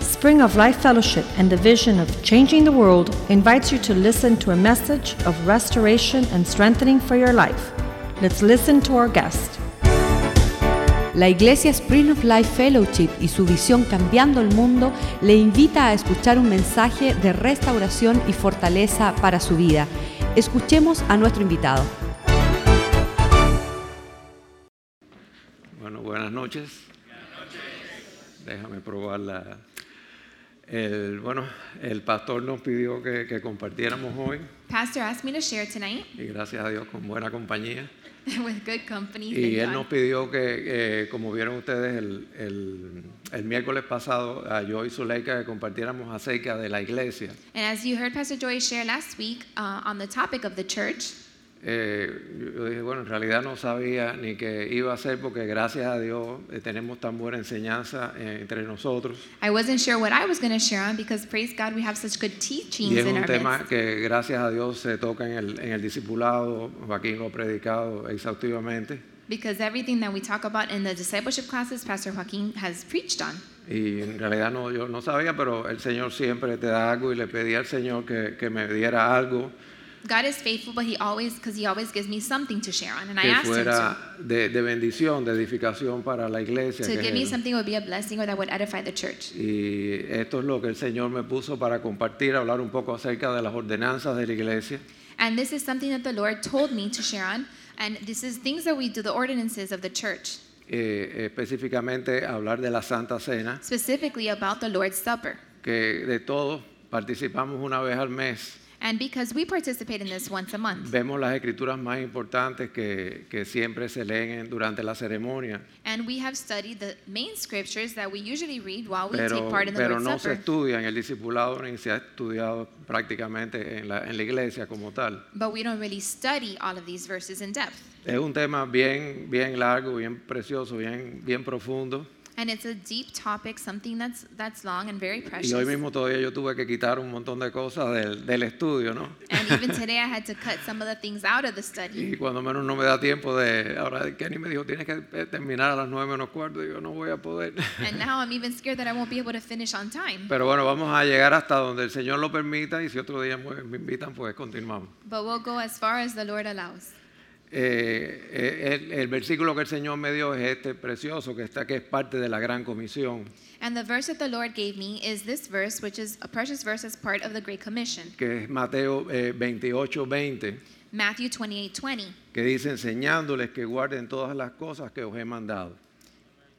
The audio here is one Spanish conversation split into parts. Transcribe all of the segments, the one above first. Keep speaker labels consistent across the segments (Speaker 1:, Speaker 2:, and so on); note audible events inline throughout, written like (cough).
Speaker 1: Spring of Life Fellowship and the vision of changing the world invites you to listen to a message of restoration and strengthening for your life. Let's listen to our guest.
Speaker 2: La Iglesia Spring of Life Fellowship y su visión Cambiando el Mundo le invita a escuchar un mensaje de restauración y fortaleza para su vida. Escuchemos a nuestro invitado.
Speaker 3: Bueno, buenas noches. Déjame probarla. El, bueno, el pastor nos pidió que, que compartiéramos hoy
Speaker 4: Pastor asked me to share tonight (laughs)
Speaker 3: y gracias a Dios con buena compañía.
Speaker 4: with good company.
Speaker 3: Y él
Speaker 4: thank
Speaker 3: nos
Speaker 4: God.
Speaker 3: pidió que, eh, como vieron ustedes el, el- el miércoles pasado, a yo y Zuleika que compartiéramos acerca de la iglesia.
Speaker 4: And as you heard Pastor Joy share last week uh, on the topic of the church,
Speaker 3: Eh, yo- yo dije, bueno, en realidad no sabía ni qué iba a hacer porque gracias a Dios eh, tenemos tan buena enseñanza eh, entre nosotros.
Speaker 4: I wasn't sure what I was going to share on because praise God, we have such good teachings
Speaker 3: Y es
Speaker 4: in
Speaker 3: un
Speaker 4: our
Speaker 3: tema
Speaker 4: midst.
Speaker 3: que gracias a Dios se toca en el, en el discipulado, Joaquín lo ha predicado exhaustivamente.
Speaker 4: Because everything that we talk about in the discipleship classes, Pastor Joaquin has preached on.
Speaker 3: Y en realidad no, yo no sabía, pero el Señor siempre te da algo y le pedí al Señor que, que me diera algo
Speaker 4: God is faithful, but He always, because He always gives me something to share on, and I
Speaker 3: que
Speaker 4: asked Him to.
Speaker 3: fuera de, de bendición, de edificación para la iglesia.
Speaker 4: To
Speaker 3: que-
Speaker 4: give me something that would be a blessing or that would edify the church.
Speaker 3: y esto es lo que el Señor me puso para compartir, hablar un poco acerca de las ordenanzas de la iglesia.
Speaker 4: And this is something that the Lord told me to share on. And this is things that we do, the ordinances of the church,
Speaker 3: Eh, específicamente hablar de la Santa Cena,
Speaker 4: specifically about the Lord's Supper.
Speaker 3: que de todos participamos una vez al mes.
Speaker 4: And because we participate in this once a month,
Speaker 3: Vemos las escrituras más importantes que, que siempre se leen en- durante la ceremonia,
Speaker 4: and we have studied the main scriptures that we usually read while Oh, we
Speaker 3: pero,
Speaker 4: take part in the
Speaker 3: pero
Speaker 4: Lord's
Speaker 3: no se
Speaker 4: Supper.
Speaker 3: estudia en el discipulado ni se ha estudiado prácticamente en la, en la iglesia como tal.
Speaker 4: But we don't really study all of these verses in depth.
Speaker 3: Es un tema bien, bien largo, bien precioso, bien, bien profundo.
Speaker 4: And it's a deep topic, something that's that's long and very precious.
Speaker 3: Y hoy mismo todavía yo tuve que quitar un montón de cosas del, del estudio, ¿no?
Speaker 4: and even today I had to cut some of the things out of the study.
Speaker 3: Y cuando menos no me da tiempo de... Ahora Kenny me dijo, tienes que eh, terminar a las nueve menos cuarto. Digo, no voy a poder. (laughs)
Speaker 4: And now I'm even scared that I won't be able to finish on time.
Speaker 3: Pero bueno, vamos a llegar hasta donde el Señor lo permita y si otro día me me invitan, pues continuamos.
Speaker 4: But we'll go as far as the Lord allows.
Speaker 3: Eh, eh, el, el versículo que el Señor me dio es este precioso que está que es parte de la gran comisión,
Speaker 4: And the verse that the Lord gave me is this verse, which is a precious verse as part of the Great Commission,
Speaker 3: que es Mateo eh, 28, 20,
Speaker 4: Matthew 28:20.
Speaker 3: que dice enseñándoles que guarden todas las cosas que os he mandado.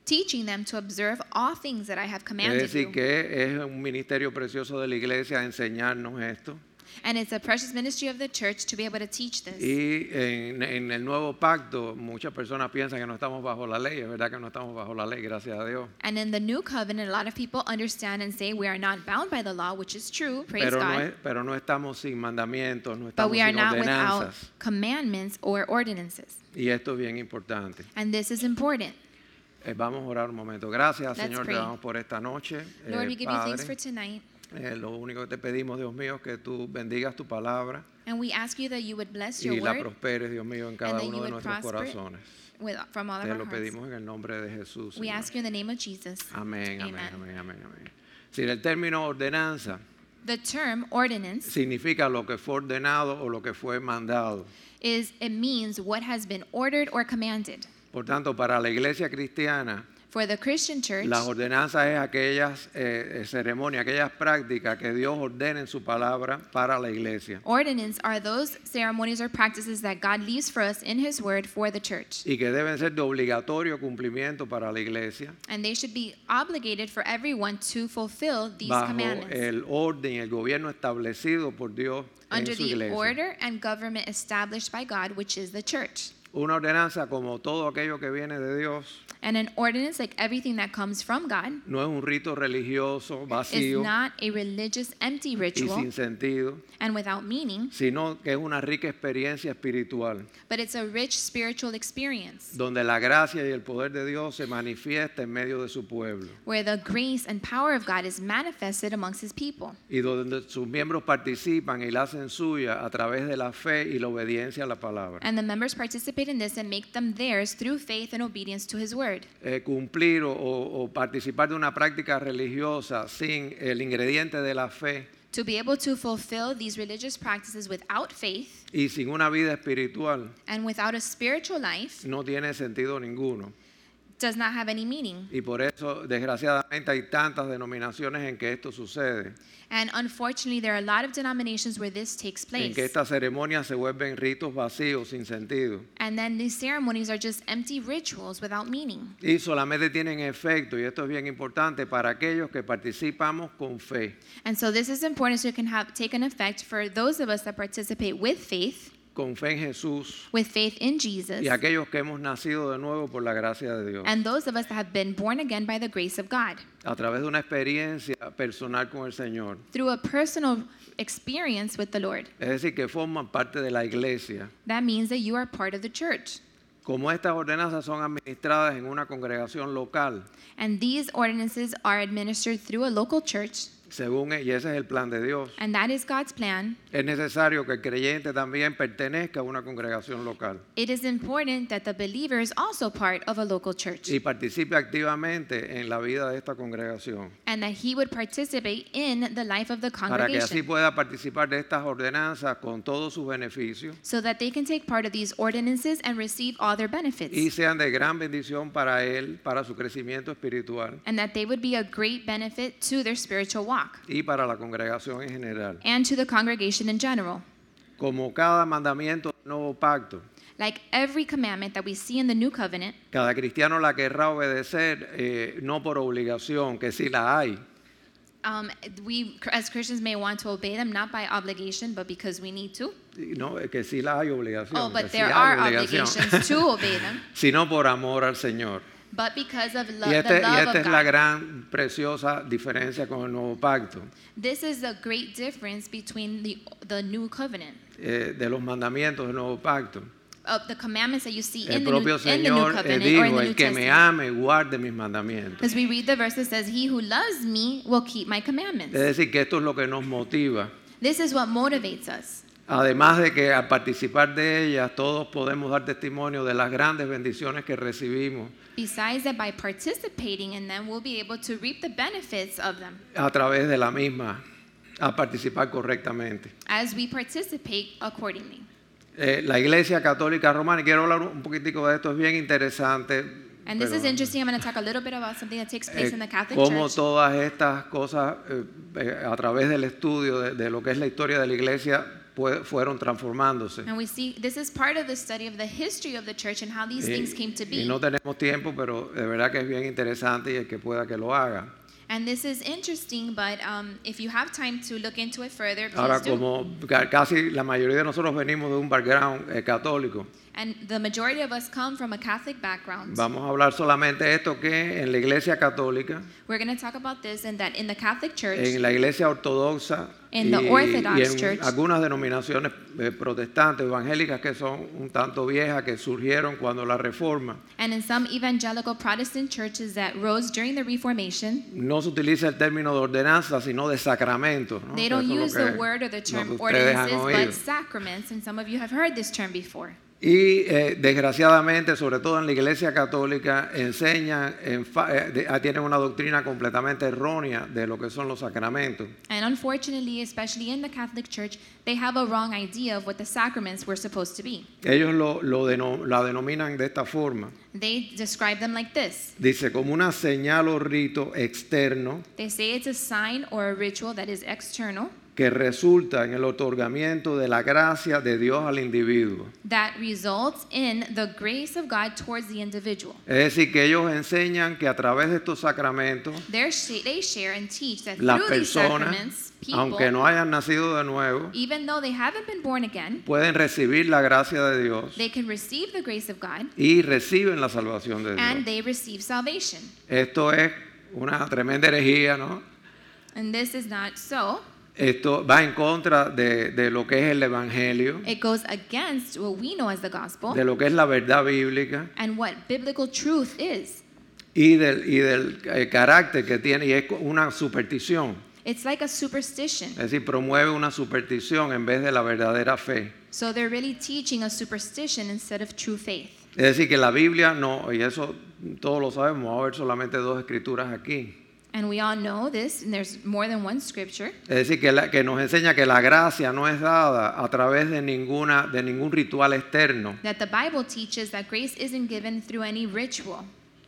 Speaker 4: teaching them to observe all things that I have
Speaker 3: Es
Speaker 4: commanded
Speaker 3: decir,
Speaker 4: you.
Speaker 3: que es un ministerio precioso de la iglesia enseñarnos esto.
Speaker 4: And it's a precious ministry of the church to be able to teach this.
Speaker 3: Y en, en el nuevo pacto, muchas personas piensan que no estamos bajo la ley, es verdad que no estamos bajo la ley, gracias a Dios.
Speaker 4: and in the new covenant, a lot of people understand and say we are not bound by the law, which is true, praise
Speaker 3: Pero no,
Speaker 4: God.
Speaker 3: es- pero no estamos sin mandamientos, no
Speaker 4: but
Speaker 3: estamos
Speaker 4: we are
Speaker 3: sin
Speaker 4: not without
Speaker 3: ordenanzas.
Speaker 4: commandments or ordinances.
Speaker 3: Y esto es bien importante.
Speaker 4: And this is important.
Speaker 3: Eh, vamos a orar un momento. Gracias,
Speaker 4: Let's
Speaker 3: Señor,
Speaker 4: pray.
Speaker 3: te damos por esta noche.
Speaker 4: Lord,
Speaker 3: Eh,
Speaker 4: we give you
Speaker 3: Padre,
Speaker 4: thanks for tonight.
Speaker 3: eh, lo único que te pedimos, Dios mío, es que tú bendigas tu palabra
Speaker 4: And we ask you that you would bless your
Speaker 3: y la
Speaker 4: word
Speaker 3: prosperes, Dios mío, en cada
Speaker 4: that
Speaker 3: uno
Speaker 4: you
Speaker 3: de
Speaker 4: would
Speaker 3: nuestros
Speaker 4: prosper
Speaker 3: corazones.
Speaker 4: with, from all of
Speaker 3: Te
Speaker 4: our
Speaker 3: lo
Speaker 4: hearts.
Speaker 3: pedimos en el nombre de Jesús.
Speaker 4: We
Speaker 3: Señor.
Speaker 4: ask you in the name of Jesus.
Speaker 3: Amén, amén,
Speaker 4: Amen.
Speaker 3: amén, amén, amén. Si el término ordenanza
Speaker 4: The term ordinance
Speaker 3: significa lo que fue ordenado o lo que fue mandado.
Speaker 4: is it means what has been ordered or commanded.
Speaker 3: Por tanto, para la iglesia cristiana,
Speaker 4: For the Christian church,
Speaker 3: Las ordenanzas es aquellas eh, eh, ceremonias, aquellas prácticas que Dios ordena en su palabra para la iglesia
Speaker 4: ordinance are those ceremonies or practices that God leaves for us in His Word for the church.
Speaker 3: y que deben ser de obligatorio cumplimiento para la iglesia
Speaker 4: And they should be obligated for everyone to fulfill these
Speaker 3: bajo
Speaker 4: commandments
Speaker 3: el orden y el gobierno establecido por Dios en
Speaker 4: under
Speaker 3: su
Speaker 4: the
Speaker 3: iglesia.
Speaker 4: order and government established by God, which is the church.
Speaker 3: Una ordenanza como todo aquello que viene de Dios
Speaker 4: And an ordinance, like everything that comes from God,
Speaker 3: no es un rito religioso
Speaker 4: is
Speaker 3: vacío
Speaker 4: not a religious empty
Speaker 3: y
Speaker 4: ritual
Speaker 3: sin sentido,
Speaker 4: and without meaning,
Speaker 3: sino que es una rica experiencia espiritual
Speaker 4: but it's a rich spiritual experience
Speaker 3: donde la gracia y el poder de Dios se manifiesta en medio de su pueblo.
Speaker 4: where the grace and power of God is manifested amongst His people.
Speaker 3: y donde sus miembros participan y la hacen suya a través de la fe y la obediencia a la palabra.
Speaker 4: And the members participate participate in this and make them theirs through faith and obedience to His word.
Speaker 3: eh, cumplir o, o- o participar de una práctica religiosa sin el ingrediente de la fe
Speaker 4: To be able to fulfill these religious practices without faith
Speaker 3: y sin una vida espiritual
Speaker 4: and without a spiritual life
Speaker 3: no tiene sentido ninguno.
Speaker 4: does not have any meaning.
Speaker 3: Y por eso, desgraciadamente, hay tantas denominaciones en que esto sucede,
Speaker 4: And unfortunately, there are a lot of denominations where this takes
Speaker 3: en
Speaker 4: place.
Speaker 3: que estas ceremonias se vuelven ritos vacíos, sin sentido.
Speaker 4: And then these ceremonies are just empty rituals without meaning.
Speaker 3: Y solamente tienen efecto, y esto es bien importante, para aquellos que participamos con fe,
Speaker 4: And so this is important so it can have take an effect for those of us that participate with faith,
Speaker 3: con fe en Jesús
Speaker 4: with faith in Jesus,
Speaker 3: y aquellos que hemos nacido de nuevo por la gracia de Dios,
Speaker 4: and those of us that have been born again by the grace of God
Speaker 3: a través de una experiencia personal con el Señor.
Speaker 4: through a personal experience with the Lord.
Speaker 3: Es decir, que forman parte de la iglesia.
Speaker 4: That means that you are part of the church.
Speaker 3: Como estas ordenanzas son administradas en una congregación local,
Speaker 4: And these ordinances are administered through a local church,
Speaker 3: según e, y ese es el plan de Dios,
Speaker 4: and that is God's plan.
Speaker 3: es necesario que el creyente también pertenezca a una congregación local
Speaker 4: It is important that the believer is also part of a local church
Speaker 3: y participe activamente en la vida de esta congregación
Speaker 4: and that he would participate in the life of the
Speaker 3: para que así
Speaker 4: congregation
Speaker 3: pueda participar de estas ordenanzas con todos sus beneficios
Speaker 4: so that they can take part of these ordinances and receive all their
Speaker 3: y
Speaker 4: benefits
Speaker 3: sean de gran bendición para él, para su crecimiento espiritual
Speaker 4: and that they would be a great benefit to their spiritual walk
Speaker 3: y para la congregación en general.
Speaker 4: and to the congregation in general.
Speaker 3: Como cada mandamiento del nuevo pacto,
Speaker 4: Like every commandment that we see in the new covenant,
Speaker 3: Cada cristiano la querrá obedecer eh, no por obligación, que sí la hay,
Speaker 4: um, we as Christians may want to obey them not by obligation but because we need to.
Speaker 3: y no, eh, que sí la hay obligación,
Speaker 4: Oh,
Speaker 3: que sí
Speaker 4: but there
Speaker 3: hay
Speaker 4: are
Speaker 3: obligación, (laughs)
Speaker 4: obligations to obey them,
Speaker 3: sino por amor al Señor.
Speaker 4: but because of lo-
Speaker 3: y este- y
Speaker 4: the love
Speaker 3: esta
Speaker 4: of
Speaker 3: es la
Speaker 4: God.
Speaker 3: gran, preciosa diferencia con el nuevo pacto,
Speaker 4: This is the great difference between the, the new covenant,
Speaker 3: eh, de los mandamientos del nuevo pacto.
Speaker 4: of the commandments that you see
Speaker 3: El
Speaker 4: in, the new,
Speaker 3: propio
Speaker 4: in the new
Speaker 3: Señor eh,
Speaker 4: covenant or in
Speaker 3: dijo,
Speaker 4: the
Speaker 3: el
Speaker 4: New
Speaker 3: que me
Speaker 4: Testament.
Speaker 3: ame, guarde mis mandamientos.
Speaker 4: Because we read the verse that says, He who loves me will keep my commandments.
Speaker 3: Es decir, que esto es lo que nos motiva.
Speaker 4: This is what motivates us.
Speaker 3: Además de que al participar de ellas todos podemos dar testimonio de las grandes bendiciones que recibimos
Speaker 4: Besides that, by participating in them, we'll be able to reap the benefits of them
Speaker 3: a través de la misma a participar correctamente.
Speaker 4: as we participate accordingly.
Speaker 3: Eh, la Iglesia Católica Romana, y quiero hablar un poquitico de esto, es bien interesante.
Speaker 4: And this is
Speaker 3: pero,
Speaker 4: interesting. I'm going to talk a little bit about something that takes place
Speaker 3: eh,
Speaker 4: in the Catholic
Speaker 3: cómo
Speaker 4: Church.
Speaker 3: todas estas cosas, eh, eh, a través del estudio de, de lo que es la historia de la Iglesia, pue- fueron transformándose.
Speaker 4: And we see this is part of the study of the history of the church and how these
Speaker 3: Eh,
Speaker 4: things came to
Speaker 3: Y,
Speaker 4: be.
Speaker 3: y no tenemos tiempo, pero de verdad que es bien interesante y el que pueda que lo haga.
Speaker 4: And this is interesting, but um, if you have time to look into it further, please
Speaker 3: Ahora,
Speaker 4: do.
Speaker 3: como ca- casi la mayoría de nosotros venimos de un background eh, católico,
Speaker 4: And the majority of us come from a Catholic background.
Speaker 3: vamos a hablar solamente de esto que en la Iglesia Católica
Speaker 4: We're going to talk about this and that in the Catholic Church
Speaker 3: en la iglesia ortodoxa
Speaker 4: In
Speaker 3: y,
Speaker 4: the Orthodox
Speaker 3: y en
Speaker 4: Church.
Speaker 3: algunas denominaciones eh, protestantes evangélicas que son un tanto viejas que surgieron cuando la reforma
Speaker 4: and in some evangelical Protestant churches that rose during the Reformation,
Speaker 3: no se utiliza el término de ordenanza sino de sacramento ¿no?
Speaker 4: they
Speaker 3: Que
Speaker 4: don't
Speaker 3: eso es lo
Speaker 4: use
Speaker 3: que-
Speaker 4: the word or the
Speaker 3: lo que
Speaker 4: term
Speaker 3: ustedes han
Speaker 4: ordinances,
Speaker 3: oído.
Speaker 4: but sacraments, and some of you have heard this term before.
Speaker 3: y eh, desgraciadamente sobre todo en la iglesia católica enseñan en fa- eh, de- ah, tienen una doctrina completamente errónea de lo que son los sacramentos
Speaker 4: And unfortunately, especially in the Catholic Church, they have a wrong idea of what the sacraments were supposed to be.
Speaker 3: ellos lo- lo deno- la denominan de esta forma
Speaker 4: They describe them like this
Speaker 3: Dice, como una señal o rito externo
Speaker 4: they say it's a sign or a ritual that is external
Speaker 3: que resulta en el otorgamiento de la gracia de Dios al individuo.
Speaker 4: that results in the grace of God towards the individual.
Speaker 3: Es decir, que ellos enseñan que a través de estos sacramentos,
Speaker 4: They're sh- they share and teach that
Speaker 3: las
Speaker 4: through these
Speaker 3: personas,
Speaker 4: sacraments, people,
Speaker 3: aunque no hayan nacido de nuevo,
Speaker 4: even though they haven't been born again,
Speaker 3: pueden recibir la gracia de Dios
Speaker 4: they can receive the grace of God
Speaker 3: y reciben la salvación de Dios.
Speaker 4: and they receive salvation.
Speaker 3: Esto es una tremenda herejía, ¿no?
Speaker 4: And this is not so.
Speaker 3: Esto va en contra de, de lo que es el Evangelio,
Speaker 4: It goes against what we know as the gospel
Speaker 3: de lo que es la verdad bíblica.
Speaker 4: and what biblical truth is
Speaker 3: y del, y del eh, carácter que tiene, y es una superstición.
Speaker 4: It's like a superstition.
Speaker 3: Es decir, promueve una superstición en vez de la verdadera fe.
Speaker 4: So they're really teaching a superstition instead of true faith.
Speaker 3: Es decir, que la Biblia no, y eso todos lo sabemos, va a haber solamente dos escrituras aquí.
Speaker 4: And we all know this, and there's more than one scripture.
Speaker 3: Es decir, que, la- que nos enseña que la gracia no es dada a través de, ninguna, de ningún ritual externo
Speaker 4: That the Bible teaches that grace isn't given through any ritual,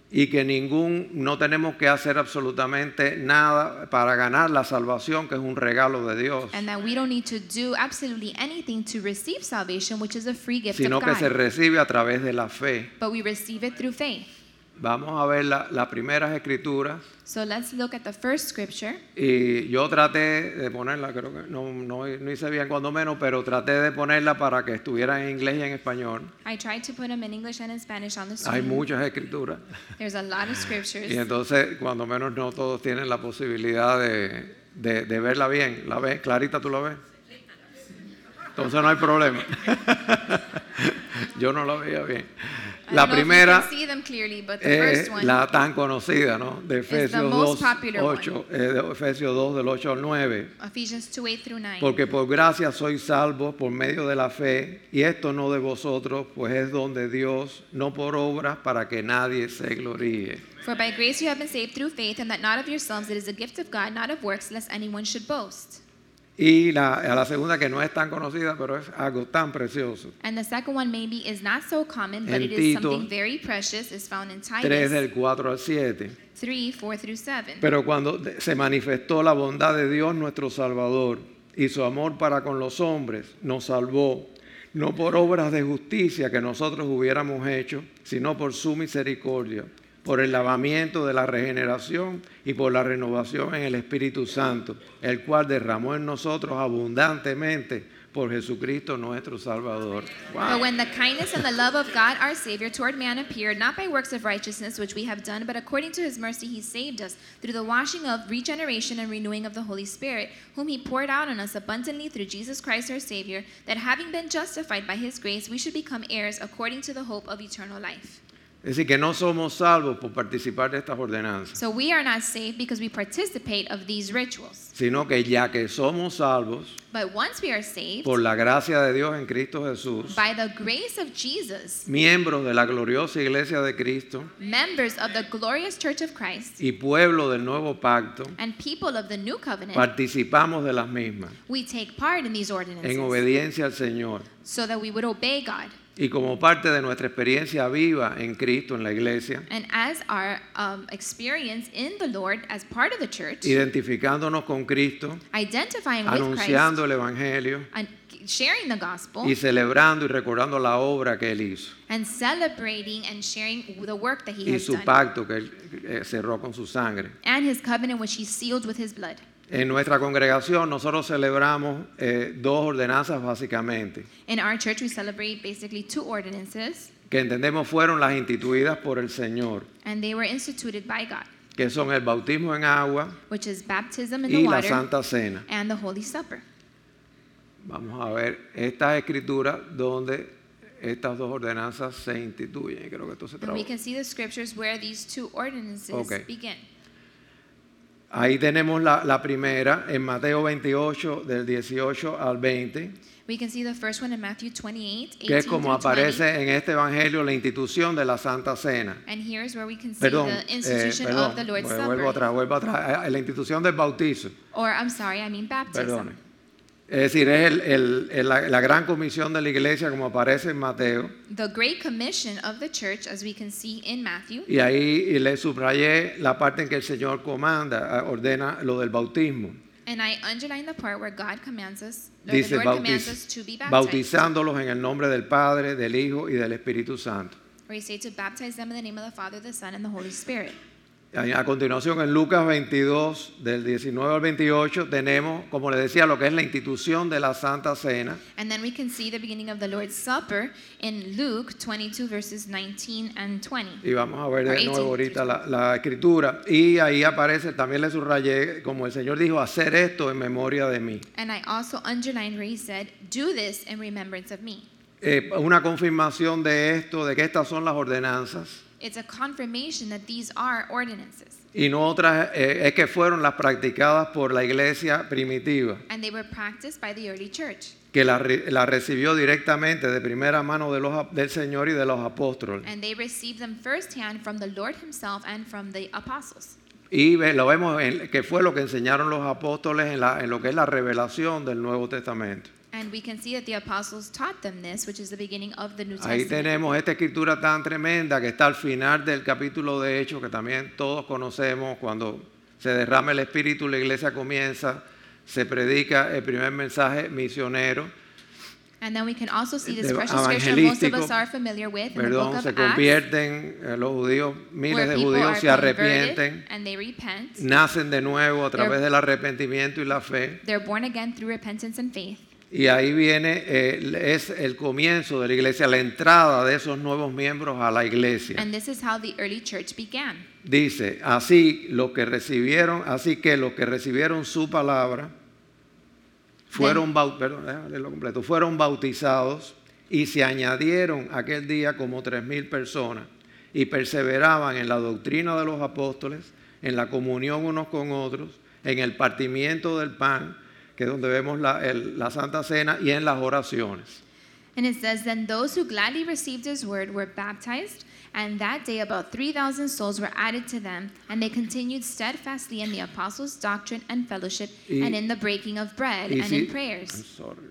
Speaker 3: y que ningún, no tenemos que hacer absolutamente nada para ganar la salvación, que es un regalo de Dios,
Speaker 4: and that we don't need to do absolutely anything to receive salvation, which is a free gift
Speaker 3: sino
Speaker 4: of
Speaker 3: que se
Speaker 4: God.
Speaker 3: recibe a través de la fe.
Speaker 4: But we receive it through faith.
Speaker 3: Vamos a ver la- las primeras escrituras.
Speaker 4: So let's look at the first scripture.
Speaker 3: Y yo traté de ponerla, creo que no, no, no hice bien cuando menos, pero traté de ponerla para que estuviera en inglés y en español.
Speaker 4: I tried to put them in English and in Spanish on the
Speaker 3: Hay
Speaker 4: screen.
Speaker 3: muchas escrituras.
Speaker 4: There's a lot of scriptures.
Speaker 3: Y entonces, cuando menos no todos tienen la posibilidad de, de- de verla bien. ¿La ves? Clarita, ¿tú la ves? Entonces no hay problema. (laughs) yo no la veía bien.
Speaker 4: I
Speaker 3: La
Speaker 4: don't know if
Speaker 3: primera
Speaker 4: you can see them clearly, but the
Speaker 3: es
Speaker 4: first one.
Speaker 3: la tan conocida, ¿no? De
Speaker 4: the
Speaker 3: Efesios
Speaker 4: most
Speaker 3: 2,
Speaker 4: popular one.
Speaker 3: 8, eh, de Efesios 2 del 8 al 9.
Speaker 4: Ephesians 2 8 through 9.
Speaker 3: Porque por gracia sois salvos por medio de la fe, y esto no de vosotros, pues es don de Dios, no por obras para que nadie se gloríe.
Speaker 4: For by grace you have been saved through faith, and that not of yourselves, it is a gift of God, not of works, lest anyone should boast.
Speaker 3: Y la, a la segunda que no es tan conocida, pero es algo tan precioso.
Speaker 4: And the second one maybe is not so common, but
Speaker 3: En
Speaker 4: it is
Speaker 3: Tito.
Speaker 4: something very precious, is found in
Speaker 3: 3
Speaker 4: Titus
Speaker 3: del 4 al 7.
Speaker 4: 3 4 through 7.
Speaker 3: Pero cuando de- se manifestó la bondad de Dios nuestro Salvador y su amor para con los hombres, nos salvó, no por obras de justicia que nosotros hubiéramos hecho, sino por su misericordia, por el lavamiento de la regeneración y por la renovación en el Espíritu Santo, el cual derramó en nosotros abundantemente por Jesucristo nuestro Salvador.
Speaker 4: But when the kindness and the love of God our Savior toward man appeared, not by works of righteousness which we have done, but according to his mercy he saved us, through the washing of regeneration and renewing of the Holy Spirit, whom he poured out on us abundantly through Jesus Christ our Savior, that having been justified by his grace, we should become heirs according to the hope of eternal life.
Speaker 3: Es decir, que no somos salvos por participar de estas ordenanzas,
Speaker 4: So we are not saved because we participate of these rituals.
Speaker 3: sino que ya que somos salvos,
Speaker 4: But once we are saved,
Speaker 3: por la gracia de Dios en Cristo Jesús,
Speaker 4: by the grace of Jesus,
Speaker 3: miembros de la gloriosa iglesia de Cristo
Speaker 4: members of the glorious church of Christ,
Speaker 3: y pueblo del nuevo pacto,
Speaker 4: and people of the new covenant,
Speaker 3: participamos de las mismas
Speaker 4: We take part in these
Speaker 3: en
Speaker 4: ordinances
Speaker 3: obediencia al Señor
Speaker 4: so that we would obey God.
Speaker 3: y como parte de nuestra experiencia viva en Cristo, en la iglesia,
Speaker 4: And as our um, experience in the Lord as part of the church,
Speaker 3: identificándonos con Cristo,
Speaker 4: identifying with Christ,
Speaker 3: anunciando el Evangelio
Speaker 4: and sharing the gospel,
Speaker 3: y celebrando y recordando la obra que Él hizo
Speaker 4: and celebrating and sharing the work that He
Speaker 3: y
Speaker 4: has
Speaker 3: su
Speaker 4: done,
Speaker 3: pacto que Él eh, cerró con su sangre.
Speaker 4: and His covenant which He sealed with His blood.
Speaker 3: En nuestra congregación nosotros celebramos eh, dos ordenanzas básicamente.
Speaker 4: In our church, we celebrate basically two ordinances,
Speaker 3: que entendemos fueron las instituidas por el Señor,
Speaker 4: and they were instituted by God,
Speaker 3: que son el bautismo en agua
Speaker 4: which is baptism in
Speaker 3: y
Speaker 4: the
Speaker 3: la
Speaker 4: water
Speaker 3: Santa Cena.
Speaker 4: and the Holy Supper.
Speaker 3: Vamos a ver estas escrituras donde estas dos ordenanzas se instituyen. Creo que esto se
Speaker 4: And we
Speaker 3: traduce.
Speaker 4: can see the scriptures where these two ordinances
Speaker 3: Okay.
Speaker 4: begin.
Speaker 3: Ahí tenemos la, la primera en Mateo 28, del 18 al 20,
Speaker 4: We can see the first one in Matthew 28, 18
Speaker 3: que es como
Speaker 4: through 20.
Speaker 3: aparece en este Evangelio la institución de la Santa Cena.
Speaker 4: And here's where we can see
Speaker 3: Perdón,
Speaker 4: the
Speaker 3: eh,
Speaker 4: institution
Speaker 3: perdón,
Speaker 4: of the Lord's
Speaker 3: vuelvo
Speaker 4: Supper.
Speaker 3: atrás, vuelvo atrás. Eh, La institución del bautizo.
Speaker 4: Or, I'm sorry, I mean baptism.
Speaker 3: Perdone. Es decir, es el- el- el- la, la gran comisión de la iglesia como aparece en Mateo.
Speaker 4: The great commission of the church, as we can see in Matthew.
Speaker 3: Y ahí y le subrayé la parte en que el Señor comanda, ah, ordena lo del bautismo.
Speaker 4: And I underline the part where God commands us, or
Speaker 3: Dice,
Speaker 4: the Lord commands
Speaker 3: "Bautiz-
Speaker 4: us to be baptized.
Speaker 3: bautizándolos en el nombre del Padre, del Hijo y del Espíritu Santo.
Speaker 4: Where you say to baptize them in the name of the Father, the Son, and the Holy Spirit.
Speaker 3: A a continuación, en Lucas 22, del 19 al 28, tenemos, como les decía, lo que es la institución de la Santa Cena.
Speaker 4: And then we can see the beginning of the Lord's Supper in Luke 22, verses 19 and 20.
Speaker 3: Y vamos a ver
Speaker 4: Or
Speaker 3: de
Speaker 4: 18.
Speaker 3: nuevo ahorita la, la escritura. Y ahí aparece, también le subrayé, como el Señor dijo, hacer esto en memoria de mí.
Speaker 4: And I also underlined where he said, Do this in remembrance of me.
Speaker 3: Eh, una confirmación de esto, de que estas son las ordenanzas,
Speaker 4: It's a confirmation that these are ordinances,
Speaker 3: y no otras, eh, es que fueron las practicadas por la iglesia primitiva,
Speaker 4: and they were practiced by the early church,
Speaker 3: que la, re- la recibió directamente de primera mano de los ap- del Señor y de los apóstoles.
Speaker 4: and they received them firsthand from the Lord Himself and from the apostles.
Speaker 3: Y ve- lo vemos en- que fue lo que enseñaron los apóstoles en, la- en lo que es la revelación del Nuevo Testamento.
Speaker 4: And we can see that the apostles taught them this, which is the beginning of the New
Speaker 3: Ahí
Speaker 4: Testament.
Speaker 3: tenemos esta escritura tan tremenda que está al final del capítulo de Hechos, que también todos conocemos, cuando se derrama el Espíritu, la iglesia comienza, se predica el primer mensaje misionero,
Speaker 4: And then we can also see this
Speaker 3: de-
Speaker 4: precious scripture most of
Speaker 3: evangelístico,
Speaker 4: us are familiar with in the book
Speaker 3: perdón,
Speaker 4: of
Speaker 3: se
Speaker 4: Acts,
Speaker 3: convierten eh, los judíos, miles
Speaker 4: where
Speaker 3: de
Speaker 4: people are
Speaker 3: judíos se
Speaker 4: converted
Speaker 3: arrepienten,
Speaker 4: and they repent.
Speaker 3: nacen de nuevo a través
Speaker 4: They're-
Speaker 3: del arrepentimiento y la fe,
Speaker 4: They're born again through repentance and faith.
Speaker 3: y ahí viene, eh, es el comienzo de la iglesia, la entrada de esos nuevos miembros a la iglesia.
Speaker 4: And this is how the early church began.
Speaker 3: Dice, así los que recibieron, así que los que recibieron su palabra fueron, bau- perdón, déjame leerlo completo, fueron bautizados y se añadieron aquel día como tres mil personas y perseveraban en la doctrina de los apóstoles, en la comunión unos con otros, en el partimiento del pan, que es donde vemos la, el- la Santa Cena, y en las oraciones.
Speaker 4: And it says, Then those who gladly received his word were baptized, and that day about 3,000 souls were added to them, and they continued steadfastly in the apostles' doctrine and fellowship,
Speaker 3: Y-
Speaker 4: and in the breaking of bread,
Speaker 3: Y
Speaker 4: and
Speaker 3: si-
Speaker 4: in prayers.
Speaker 3: I'm sorry.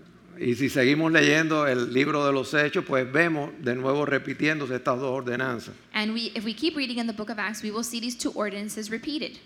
Speaker 3: Y si seguimos leyendo el libro de los Hechos, pues vemos de nuevo repitiéndose estas dos ordenanzas.
Speaker 4: And we, if we keep reading in the book of Acts, we will see these two ordinances repeated.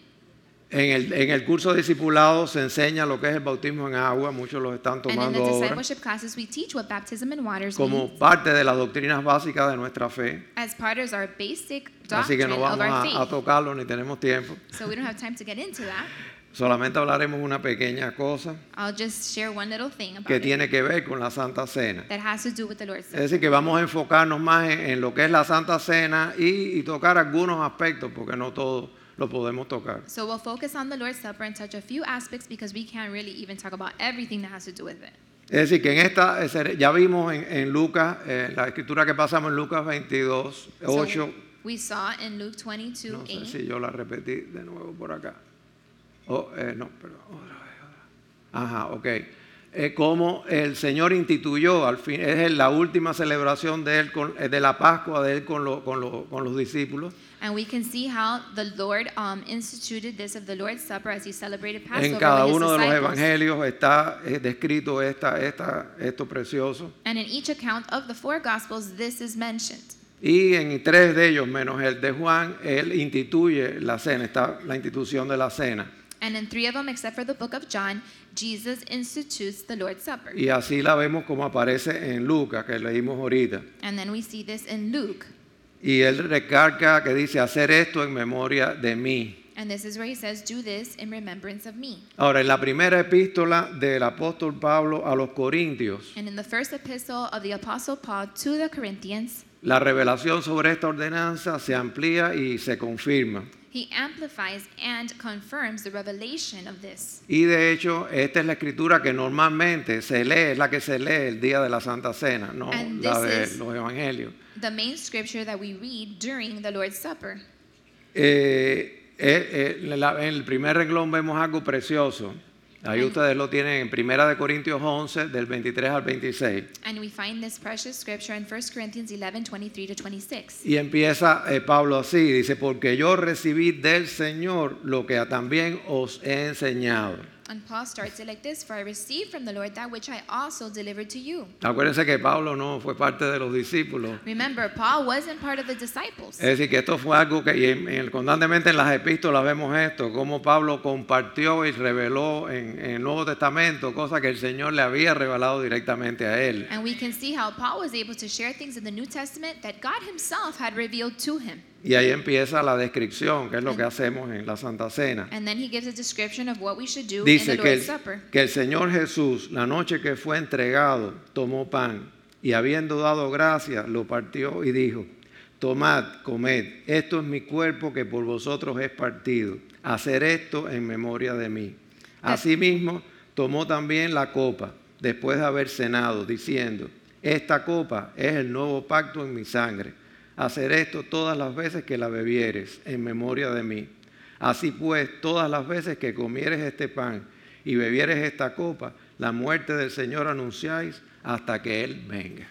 Speaker 3: En el, en el curso de discipulado se enseña lo que es el bautismo en agua, muchos lo están
Speaker 4: And in the
Speaker 3: tomando ahora,
Speaker 4: discipleship classes, we teach what baptism and waters mean
Speaker 3: como parte de las doctrinas básicas de nuestra fe.
Speaker 4: as part of our basic
Speaker 3: Así que
Speaker 4: doctrine
Speaker 3: no
Speaker 4: of
Speaker 3: vamos
Speaker 4: our
Speaker 3: a, a
Speaker 4: faith.
Speaker 3: tocarlo ni tenemos tiempo.
Speaker 4: So we don't have time to get into that.
Speaker 3: Solamente hablaremos una pequeña cosa
Speaker 4: I'll just share one little thing about
Speaker 3: que
Speaker 4: it
Speaker 3: tiene que ver con la Santa Cena.
Speaker 4: that has to do with the Lord's
Speaker 3: Es decir, que vamos a enfocarnos más en, en lo que es la Santa Cena y, y tocar algunos aspectos, porque no todo lo podemos tocar.
Speaker 4: So we'll focus on the Lord's Supper and touch a few aspects because we can't really even talk about everything that has to do with it.
Speaker 3: Es decir, que en esta, eh, cere- ya vimos en, en Lucas, eh, la escritura que pasamos en Lucas 22,
Speaker 4: So
Speaker 3: 8,
Speaker 4: we saw in Luke 22,
Speaker 3: no sé
Speaker 4: 8.
Speaker 3: si yo la repetí de nuevo por acá. Oh, eh, no, perdón, otra vez, otra vez. Ajá, ok. Eh, como el Señor instituyó, al fin, es la última celebración de, él con- eh, de la Pascua de Él con, lo- con lo- con los discípulos,
Speaker 4: And we can see how the Lord um, instituted this of the Lord's Supper as he celebrated Passover
Speaker 3: en cada
Speaker 4: with his
Speaker 3: uno de los
Speaker 4: Ah, disciples.
Speaker 3: evangelios está eh, descrito esta, esta, esto precioso.
Speaker 4: and in each account of the four Gospels, this is mentioned.
Speaker 3: Y en tres de ellos, menos el de Juan, él instituye la cena, está la institución de la cena.
Speaker 4: And in three of them, except for the book of John, Jesus institutes the Lord's Supper.
Speaker 3: Y así la vemos como aparece en Lucas, que leímos ahorita.
Speaker 4: And then we see this in Luke.
Speaker 3: Y él recarga que dice, hacer esto en memoria de mí.
Speaker 4: And this is where he says, Do this in remembrance of me.
Speaker 3: Ahora, en la primera epístola del apóstol Pablo a los Corintios,
Speaker 4: And in the first epistle of the Apostle Paul to the Corinthians,
Speaker 3: la revelación sobre esta ordenanza se amplía y se confirma.
Speaker 4: he amplifies and confirms the revelation of this.
Speaker 3: Y de hecho, esta es la escritura que normalmente se lee, es la que se lee el día de la Santa Cena, no
Speaker 4: And
Speaker 3: la
Speaker 4: this
Speaker 3: de
Speaker 4: is-
Speaker 3: los evangelios.
Speaker 4: The main scripture that we read during the Lord's Supper.
Speaker 3: Eh, eh, eh, la- en el primer renglón vemos algo precioso. Ahí ustedes lo tienen en Primera de Corintios 11, del 23 al 26.
Speaker 4: And we find this precious scripture in 1 Corinthians 11 23 to 26.
Speaker 3: Y empieza eh, Pablo así, dice, porque yo recibí del Señor lo que también os he enseñado.
Speaker 4: And Paul starts it like this For I received from the Lord that which I also delivered to you.
Speaker 3: Acuérdense que Pablo no fue parte de los discípulos.
Speaker 4: Remember, Paul wasn't part of the disciples.
Speaker 3: Es decir, que esto fue algo que y en- en- constantemente en las epístolas vemos esto, cómo Pablo compartió y reveló en, en el Nuevo Testamento cosas que el Señor le había revelado directamente a él.
Speaker 4: And we can see how Paul was able to share things in the New Testament that God himself had revealed to him.
Speaker 3: Y ahí empieza la descripción, que es lo que hacemos en la Santa Cena.
Speaker 4: And then he gives a description of what we should do in
Speaker 3: Dice
Speaker 4: the
Speaker 3: que
Speaker 4: Lord's
Speaker 3: el,
Speaker 4: Supper.
Speaker 3: que el Señor Jesús, la noche que fue entregado, tomó pan y habiendo dado gracias, lo partió y dijo, tomad, comed, esto es mi cuerpo que por vosotros es partido, hacer esto en memoria de mí. Asimismo, tomó también la copa después de haber cenado, diciendo, esta copa es el nuevo pacto en mi sangre. hacer esto todas las veces que la bebieres en memoria de mí. Así pues, todas las veces que comieres este pan y bebieres esta copa, la muerte del Señor anunciáis hasta que Él venga.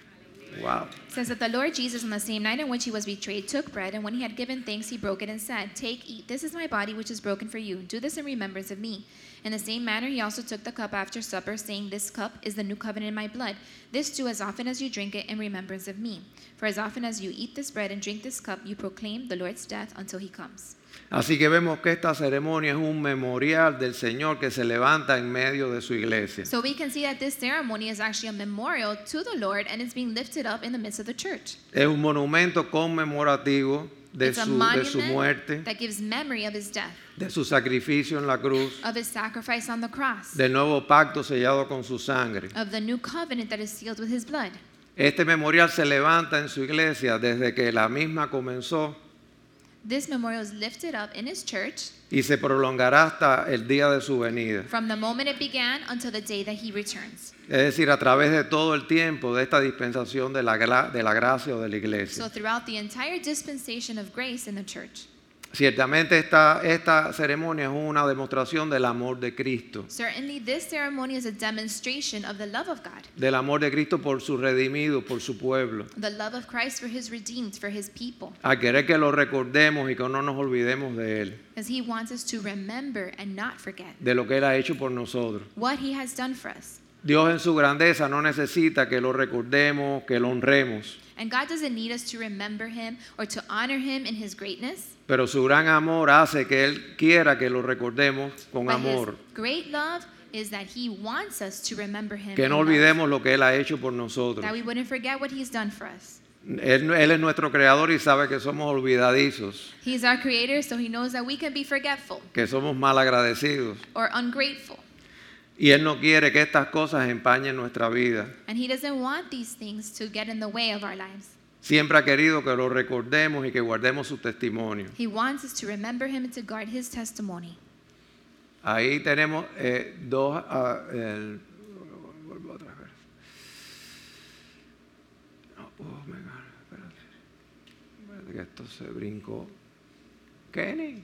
Speaker 3: Wow.
Speaker 4: says that the Lord Jesus, on the same night in which he was betrayed, took bread, and when he had given thanks, he broke it and said, Take, eat, this is my body which is broken for you. Do this in remembrance of me. In the same manner, he also took the cup after supper, saying, This cup is the new covenant in my blood. This do as often as you drink it in remembrance of me. For as often as you eat this bread and drink this cup, you proclaim the Lord's death until he comes.
Speaker 3: Así que vemos que esta ceremonia es un memorial del Señor que se levanta en medio de su iglesia.
Speaker 4: So we can see that this ceremony is actually a memorial to the Lord and it's being lifted up in the midst of the church.
Speaker 3: Es un monumento conmemorativo de
Speaker 4: it's a
Speaker 3: su, de
Speaker 4: monument
Speaker 3: su muerte,
Speaker 4: that gives memory of his death,
Speaker 3: de su sacrificio en la cruz,
Speaker 4: of his sacrifice on the cross.
Speaker 3: del nuevo pacto sellado con su sangre.
Speaker 4: of the new covenant that is sealed with his blood.
Speaker 3: Este memorial se levanta en su iglesia desde que la misma comenzó
Speaker 4: This memorial is lifted up in his church
Speaker 3: y se prolongará hasta el día de su venida.
Speaker 4: from the moment it began until the day that he returns.
Speaker 3: Es decir, a través de todo el tiempo de esta dispensación de la, gra- de la gracia o de la
Speaker 4: So,
Speaker 3: iglesia.
Speaker 4: throughout the entire dispensation of grace in the church,
Speaker 3: Ciertamente esta, esta ceremonia es una demostración del amor de Cristo,
Speaker 4: certainly this ceremony is a demonstration of the love of God,
Speaker 3: del amor de Cristo por su redimido, por su pueblo.
Speaker 4: the love of Christ for his redeemed, for his people,
Speaker 3: A querer que lo recordemos y que no nos olvidemos de Él,
Speaker 4: as he wants us to remember and not forget
Speaker 3: de lo que Él ha hecho por nosotros.
Speaker 4: what he has done for us.
Speaker 3: Dios en su grandeza no necesita que lo recordemos, que lo honremos,
Speaker 4: And God doesn't need us to remember him or to honor him in his greatness.
Speaker 3: pero su gran amor hace que Él quiera que lo recordemos con
Speaker 4: but his
Speaker 3: amor,
Speaker 4: great love is that he wants us to remember him.
Speaker 3: que
Speaker 4: in
Speaker 3: no
Speaker 4: love.
Speaker 3: olvidemos lo que Él ha hecho por nosotros.
Speaker 4: that we wouldn't forget what he's done for us.
Speaker 3: Él, Él es nuestro creador y sabe que somos olvidadizos,
Speaker 4: He's our creator, so he knows that we can be forgetful
Speaker 3: que somos mal agradecidos.
Speaker 4: or ungrateful.
Speaker 3: Y Él no quiere que estas cosas empañen nuestra vida.
Speaker 4: And he doesn't want these things to get in the way of our lives.
Speaker 3: Siempre ha querido que lo recordemos y que guardemos su testimonio.
Speaker 4: He wants us to remember him and to guard his testimony.
Speaker 3: Ahí tenemos eh, dos... ah, el- vuelvo otra vez. Oh, my God, espérate. Espérate que esto se brincó. Kenny.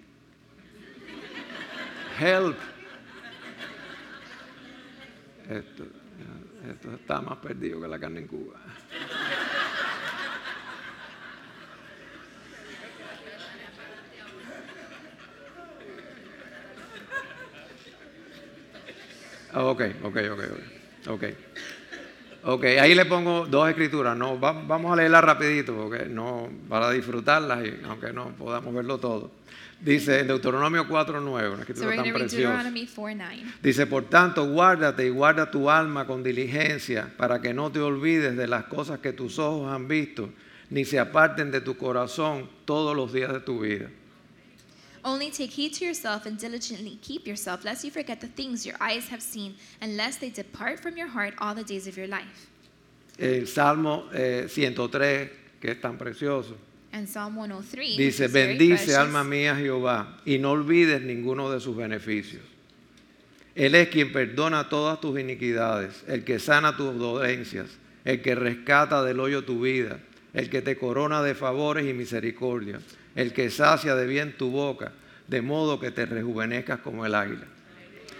Speaker 3: Help. Esto, esto está más perdido que la carne en Cuba. Ah, Ok, ok, ok, ok. Ok. Ok, ahí le pongo dos escrituras. No, va- vamos a leerlas rapidito porque no, para disfrutarlas, y, aunque no podamos verlo todo. Dice en Deuteronomio 4.9, una
Speaker 4: So
Speaker 3: escritura
Speaker 4: we're going
Speaker 3: tan
Speaker 4: to read
Speaker 3: preciosa.
Speaker 4: Deuteronomy 4 9.
Speaker 3: Dice, por tanto, guárdate y guarda tu alma con diligencia para que no te olvides de las cosas que tus ojos han visto, ni se aparten de tu corazón todos los días de tu vida.
Speaker 4: Only take heed to yourself and diligently keep yourself, lest you forget the things your eyes have seen, and lest they depart from your heart all the days of your life.
Speaker 3: El Salmo eh, 103, que es tan precioso,
Speaker 4: And Psalm 103 which
Speaker 3: dice,
Speaker 4: is very
Speaker 3: bendice
Speaker 4: precious,
Speaker 3: alma mía Jehová y no olvides ninguno de sus beneficios. Él es quien perdona todas tus iniquidades, el que sana tus dolencias, el que rescata del hoyo tu vida, el que te corona de favores y misericordia, el que sacia de bien tu boca, de modo que te rejuvenezcas como el águila.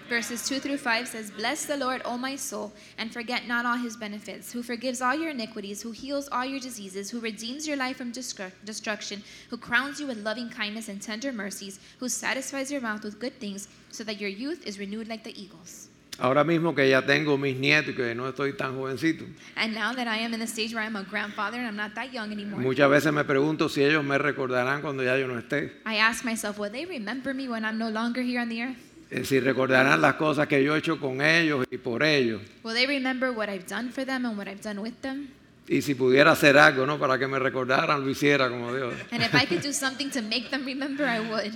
Speaker 4: Verses 2 through 5 says, Bless the Lord, O my soul, and forget not all his benefits, who forgives all your iniquities, who heals all your diseases, who redeems your life from destruct- destruction, who crowns you with loving kindness and tender mercies, who satisfies your mouth with good things, so that your youth is renewed like the eagles.
Speaker 3: Ahora mismo que ya tengo mis nietos y que no estoy tan jovencito,
Speaker 4: And now that I am in the stage where I'm a grandfather and I'm not that young anymore,
Speaker 3: muchas veces me pregunto si ellos me recordarán cuando ya yo no esté.
Speaker 4: I ask myself, Will they remember me when I'm no longer here on the earth?
Speaker 3: Eh, Si recordarán las cosas que yo he hecho con ellos y por ellos.
Speaker 4: Will they remember what I've done for them and what I've done with them?
Speaker 3: Y si pudiera hacer algo, ¿no? Para que me recordaran, lo hiciera como Dios.
Speaker 4: And if I could do something to make them remember, I would.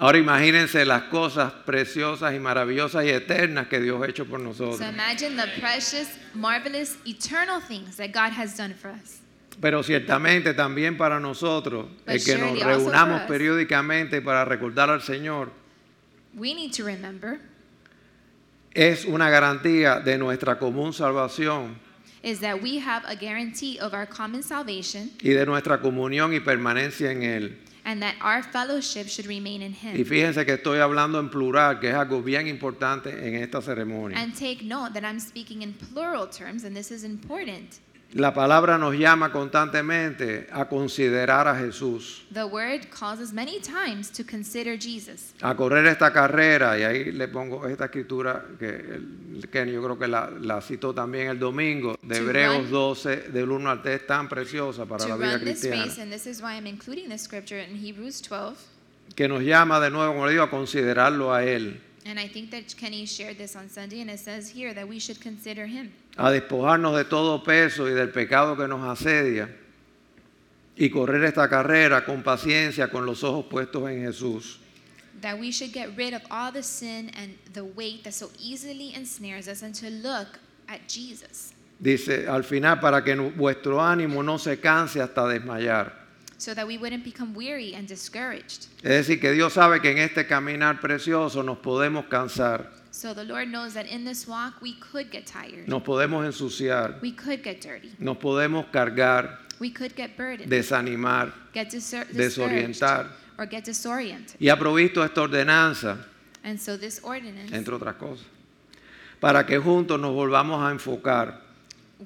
Speaker 3: Ahora imagínense las cosas preciosas y maravillosas y eternas que Dios ha hecho por nosotros.
Speaker 4: So imagine the precious, marvelous, eternal things that God has done for us.
Speaker 3: Pero ciertamente también para nosotros,
Speaker 4: But
Speaker 3: el que nos
Speaker 4: surely also
Speaker 3: reunamos
Speaker 4: for us.
Speaker 3: periódicamente para recordar al Señor,
Speaker 4: We need to remember
Speaker 3: es una garantía de nuestra común salvación
Speaker 4: is that we have a guarantee of our common salvation
Speaker 3: y de nuestra comunión y permanencia en Él.
Speaker 4: and that our fellowship should remain in
Speaker 3: Y
Speaker 4: Him.
Speaker 3: fíjense que estoy hablando en plural, que es algo bien importante en esta ceremonia.
Speaker 4: And take note that I'm speaking in plural terms, and this is important.
Speaker 3: La palabra nos llama constantemente a considerar a Jesús,
Speaker 4: The word calls us many times to consider Jesus,
Speaker 3: a correr esta carrera, y ahí le pongo esta escritura que el- Kenny yo creo que la, la citó también el domingo, de
Speaker 4: To
Speaker 3: Hebreos
Speaker 4: run-
Speaker 3: 12, del 1 al 3, tan preciosa para
Speaker 4: to
Speaker 3: la vida
Speaker 4: run this
Speaker 3: cristiana,
Speaker 4: race, and this is why I'm including this scripture in Hebrews 12.
Speaker 3: que nos llama de nuevo, como le digo, a considerarlo a Él,
Speaker 4: And I think that Kenny shared this on Sunday, and it says here that we should consider Him.
Speaker 3: a despojarnos de todo peso y del pecado que nos asedia y correr esta carrera con paciencia, con los ojos puestos en Jesús.
Speaker 4: That we should get rid of all the sin and the weight that so easily ensnares us and to look at Jesus.
Speaker 3: Dice al final, para que nu- vuestro ánimo no se canse hasta desmayar.
Speaker 4: So that we wouldn't become weary and discouraged.
Speaker 3: Es decir, que Dios sabe que en este caminar precioso nos podemos cansar,
Speaker 4: So the Lord knows that in this walk we could get tired.
Speaker 3: nos podemos ensuciar,
Speaker 4: We could get dirty.
Speaker 3: nos podemos cargar,
Speaker 4: We could get burdened.
Speaker 3: desanimar.
Speaker 4: get disor- discouraged.
Speaker 3: desorientar.
Speaker 4: Or get disoriented.
Speaker 3: Y ha provisto esta ordenanza,
Speaker 4: And so this ordinance,
Speaker 3: entre otras cosas, para que juntos nos volvamos a enfocar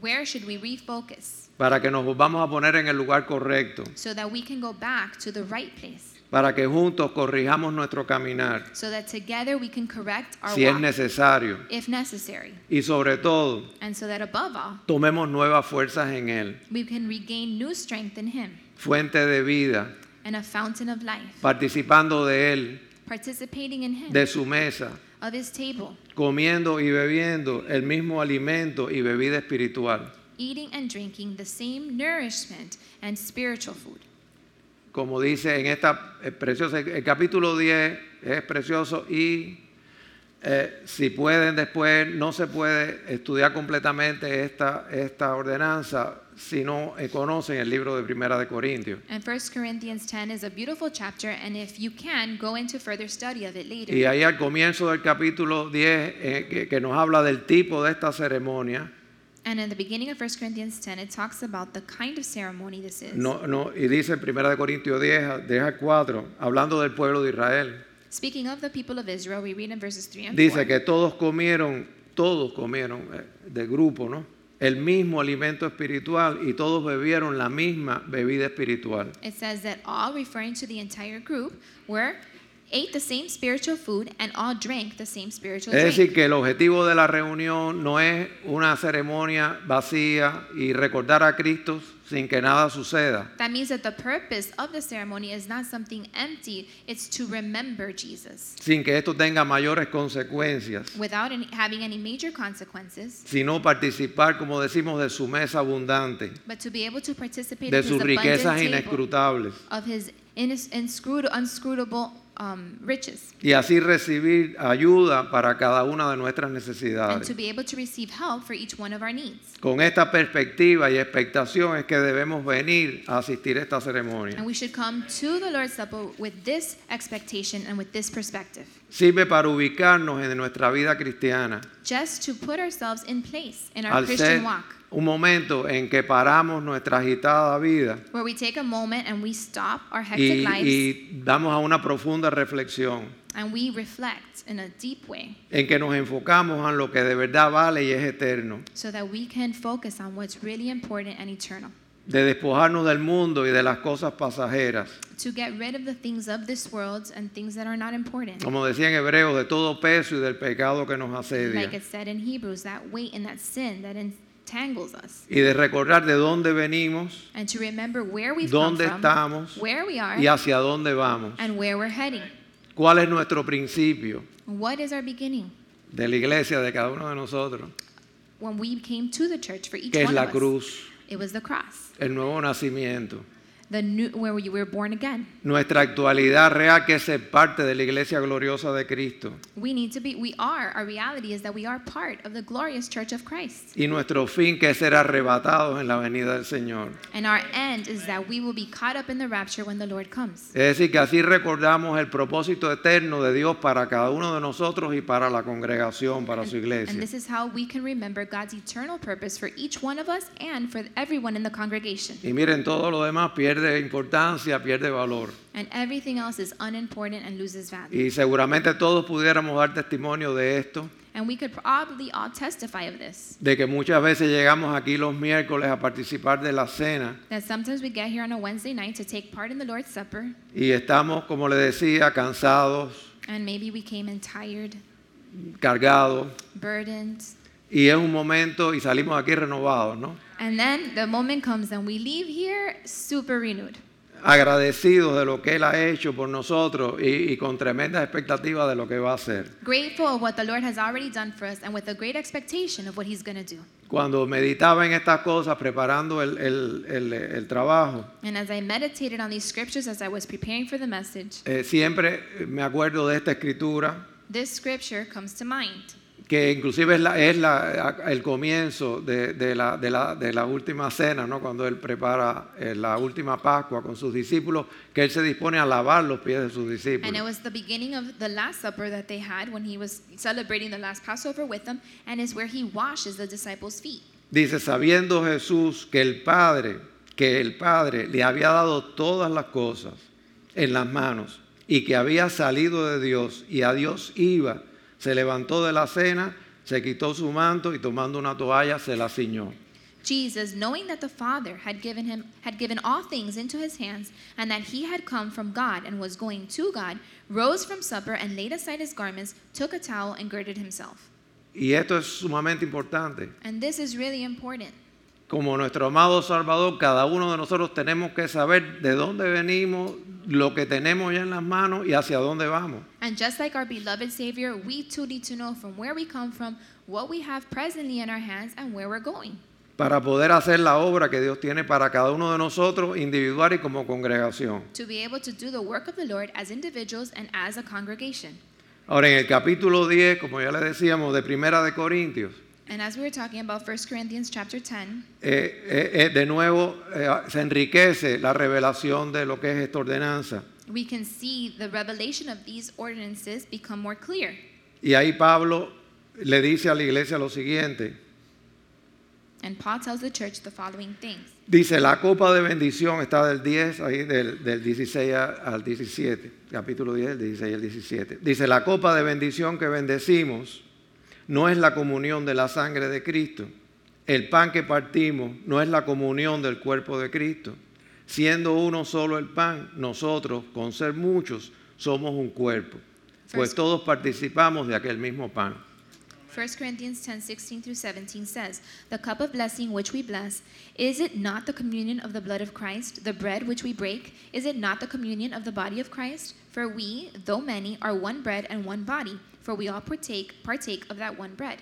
Speaker 4: where should we refocus
Speaker 3: para que nos volvamos a poner en el lugar correcto,
Speaker 4: so that we can go back to the right place?
Speaker 3: para que juntos corrijamos nuestro caminar,
Speaker 4: So that together we can correct our
Speaker 3: si es
Speaker 4: walk
Speaker 3: necesario,
Speaker 4: if necessary.
Speaker 3: y sobre todo,
Speaker 4: And so that above all,
Speaker 3: tomemos nuevas fuerzas en Él,
Speaker 4: we can regain new strength in Him
Speaker 3: fuente de vida,
Speaker 4: and a fountain of life,
Speaker 3: participando de Él,
Speaker 4: participating in Him,
Speaker 3: de su mesa,
Speaker 4: of His table,
Speaker 3: comiendo y bebiendo el mismo alimento y bebida espiritual.
Speaker 4: eating and drinking the same nourishment and spiritual food.
Speaker 3: Como dice en esta eh, preciosa, el capítulo 10 es precioso y eh, si pueden después, no se puede estudiar completamente esta, esta ordenanza si no eh, conocen el libro de Primera de Corintios.
Speaker 4: And 1 Corinthians 10 is a beautiful chapter, and if you can, go into further study of it later.
Speaker 3: Y ahí al comienzo del capítulo 10, eh, que, que nos habla del tipo de esta ceremonia,
Speaker 4: And in the beginning of 1 Corinthians 10, it talks about the kind of ceremony this is.
Speaker 3: no, no, y dice en Primera de Corintios 10, 10 al 4, hablando del pueblo de Israel,
Speaker 4: Speaking of the people of Israel, we read in verses 3 and 4.
Speaker 3: Dice que todos comieron, todos comieron eh, de grupo, ¿no? El mismo alimento espiritual y todos bebieron la misma bebida espiritual.
Speaker 4: It says that all, referring to the entire group, were ate the same spiritual food and all drank the same spiritual
Speaker 3: Es decir,
Speaker 4: drink.
Speaker 3: que el objetivo de la reunión no es una ceremonia vacía y recordar a Cristo sin que nada suceda,
Speaker 4: That means that the purpose of the ceremony is not something empty, it's to remember Jesus
Speaker 3: sin que esto tenga mayores consecuencias,
Speaker 4: without any, having any major consequences,
Speaker 3: sino participar, como decimos, de su mesa abundante,
Speaker 4: but to be able to participate
Speaker 3: de
Speaker 4: in his
Speaker 3: sus
Speaker 4: abundant
Speaker 3: riquezas
Speaker 4: table
Speaker 3: inescrutables,
Speaker 4: of his ines- inscrut- unscrutable um, riches.
Speaker 3: y así recibir ayuda para cada una de nuestras
Speaker 4: and
Speaker 3: necesidades.
Speaker 4: to be able to receive help for each one of our needs.
Speaker 3: Con esta perspectiva y expectación es que debemos venir a asistir a esta ceremonia.
Speaker 4: And we should come to the Lord's Supper with this expectation and with this perspective,
Speaker 3: Sirve para ubicarnos en nuestra vida cristiana,
Speaker 4: just to put ourselves in place in our
Speaker 3: al ser
Speaker 4: Christian walk,
Speaker 3: un momento en que paramos nuestra agitada vida
Speaker 4: where we take a moment and we stop our hectic
Speaker 3: y,
Speaker 4: lives
Speaker 3: y damos a una profunda reflexión,
Speaker 4: and we reflect in a deep way
Speaker 3: en que nos enfocamos en lo que de verdad vale y es eterno,
Speaker 4: so that we can focus on what's really important and eternal.
Speaker 3: de despojarnos del mundo y de las cosas pasajeras,
Speaker 4: To get rid of the things of this world and things that are not important.
Speaker 3: como decía en Hebreos, de todo peso y del pecado que nos asedia,
Speaker 4: Like it said in Hebrews, that weight and that sin that entangles us.
Speaker 3: y de recordar de dónde venimos
Speaker 4: And to remember where we've
Speaker 3: ¿Dónde
Speaker 4: come from,
Speaker 3: estamos?
Speaker 4: where we are,
Speaker 3: y hacia dónde vamos.
Speaker 4: and where we're heading.
Speaker 3: ¿Cuál es nuestro principio
Speaker 4: What is our beginning?
Speaker 3: de la iglesia, de cada uno de nosotros?
Speaker 4: When we came to the church for each
Speaker 3: Que es
Speaker 4: one
Speaker 3: la
Speaker 4: of us,
Speaker 3: cruz,
Speaker 4: it was the cross,
Speaker 3: el nuevo nacimiento.
Speaker 4: the new where we were born again.
Speaker 3: Nuestra actualidad real que es ser parte de la iglesia gloriosa de Cristo.
Speaker 4: We need to be we are our reality is that we are part of the glorious church of Christ.
Speaker 3: Y nuestro fin que es ser arrebatados en la venida del Señor.
Speaker 4: And our end is that we will be caught up in the rapture when the Lord comes.
Speaker 3: Es decir, que así recordamos el propósito eterno de Dios para cada uno de nosotros y para la congregación, para su
Speaker 4: And
Speaker 3: iglesia.
Speaker 4: this is how we can remember God's eternal purpose for each one of us and for everyone in the congregation.
Speaker 3: Y miren, todo lo demás pierde importancia, pierde valor.
Speaker 4: And everything else is unimportant and loses value.
Speaker 3: Y seguramente todos pudiéramos dar testimonio de esto,
Speaker 4: And we could probably all testify of this.
Speaker 3: de que muchas veces llegamos aquí los miércoles a participar de la cena
Speaker 4: That sometimes we get here on a Wednesday night to take part in the Lord's Supper,
Speaker 3: y estamos, como les decía, cansados,
Speaker 4: and maybe we came in tired,
Speaker 3: cargados,
Speaker 4: burdened.
Speaker 3: y es un momento y salimos aquí renovados, ¿no?
Speaker 4: And then the moment comes and we leave here super renewed,
Speaker 3: Agradecidos de lo que Él ha hecho por nosotros y, y con tremendas expectativas de lo que va a hacer.
Speaker 4: grateful of what the Lord has already done for us and with a great expectation of what He's going to do.
Speaker 3: Cuando meditaba en estas cosas preparando el, el- el- el trabajo,
Speaker 4: And as I meditated on these scriptures as I was preparing for the message,
Speaker 3: eh, siempre me acuerdo de esta escritura
Speaker 4: this scripture comes to mind.
Speaker 3: que inclusive es, la- es la- el comienzo de, de la, de la- de la última cena, ¿no? cuando él prepara eh, la última Pascua con sus discípulos, que él se dispone a lavar los pies de sus
Speaker 4: And it
Speaker 3: discípulos.
Speaker 4: was the beginning of the Last Supper that they had when he was celebrating the Last Passover with them, and is where he washes the disciples' feet.
Speaker 3: Dice, sabiendo Jesús que el Padre, que el Padre le había dado todas las cosas en las manos y que había salido de Dios y a Dios iba, se levantó de la cena, se quitó su manto y tomando una toalla se la ciñó.
Speaker 4: Jesus, knowing that the Father had given him had given all things into his hands, and that he had come from God and was going to God, rose from supper and laid aside his garments, took a towel and girded himself.
Speaker 3: Y esto es sumamente importante.
Speaker 4: And this is really important.
Speaker 3: Como nuestro amado Salvador, cada uno de nosotros tenemos que saber de dónde venimos, lo que tenemos ya en las manos y hacia dónde vamos.
Speaker 4: And just like our beloved Savior, we too need to know from where we come from, what we have presently in our hands, and where we're going.
Speaker 3: Para poder hacer la obra que Dios tiene para cada uno de nosotros, individual y como congregación.
Speaker 4: to be able to do the work of the Lord as individuals and as a congregation.
Speaker 3: Ahora, en el capítulo 10, como ya le decíamos, de Primera de Corintios,
Speaker 4: And as we were talking about 1 Corinthians chapter 10,
Speaker 3: eh, eh, eh, de nuevo eh, se enriquece la revelación de lo que es esta ordenanza.
Speaker 4: we can see the revelation of these ordinances become more clear.
Speaker 3: Y ahí Pablo le dice a la iglesia lo siguiente.
Speaker 4: And Paul tells the church the following things.
Speaker 3: Dice, la copa de bendición está del 10, ahí del, del 16 a- al 17, capítulo 10, del 16 al 17. Dice, la copa de bendición que bendecimos no es la comunión de la sangre de Cristo. El pan que partimos no es la comunión del cuerpo de Cristo. Siendo uno solo el pan, nosotros, con ser muchos, somos un cuerpo, pues
Speaker 4: First-
Speaker 3: todos participamos de aquel mismo pan.
Speaker 4: 1 Corinthians 10 16 through 17 says, The cup of blessing which we bless, is it not the communion of the blood of Christ? The bread which we break, is it not the communion of the body of Christ? For we, though many, are one bread and one body, for we all partake, partake of that one bread.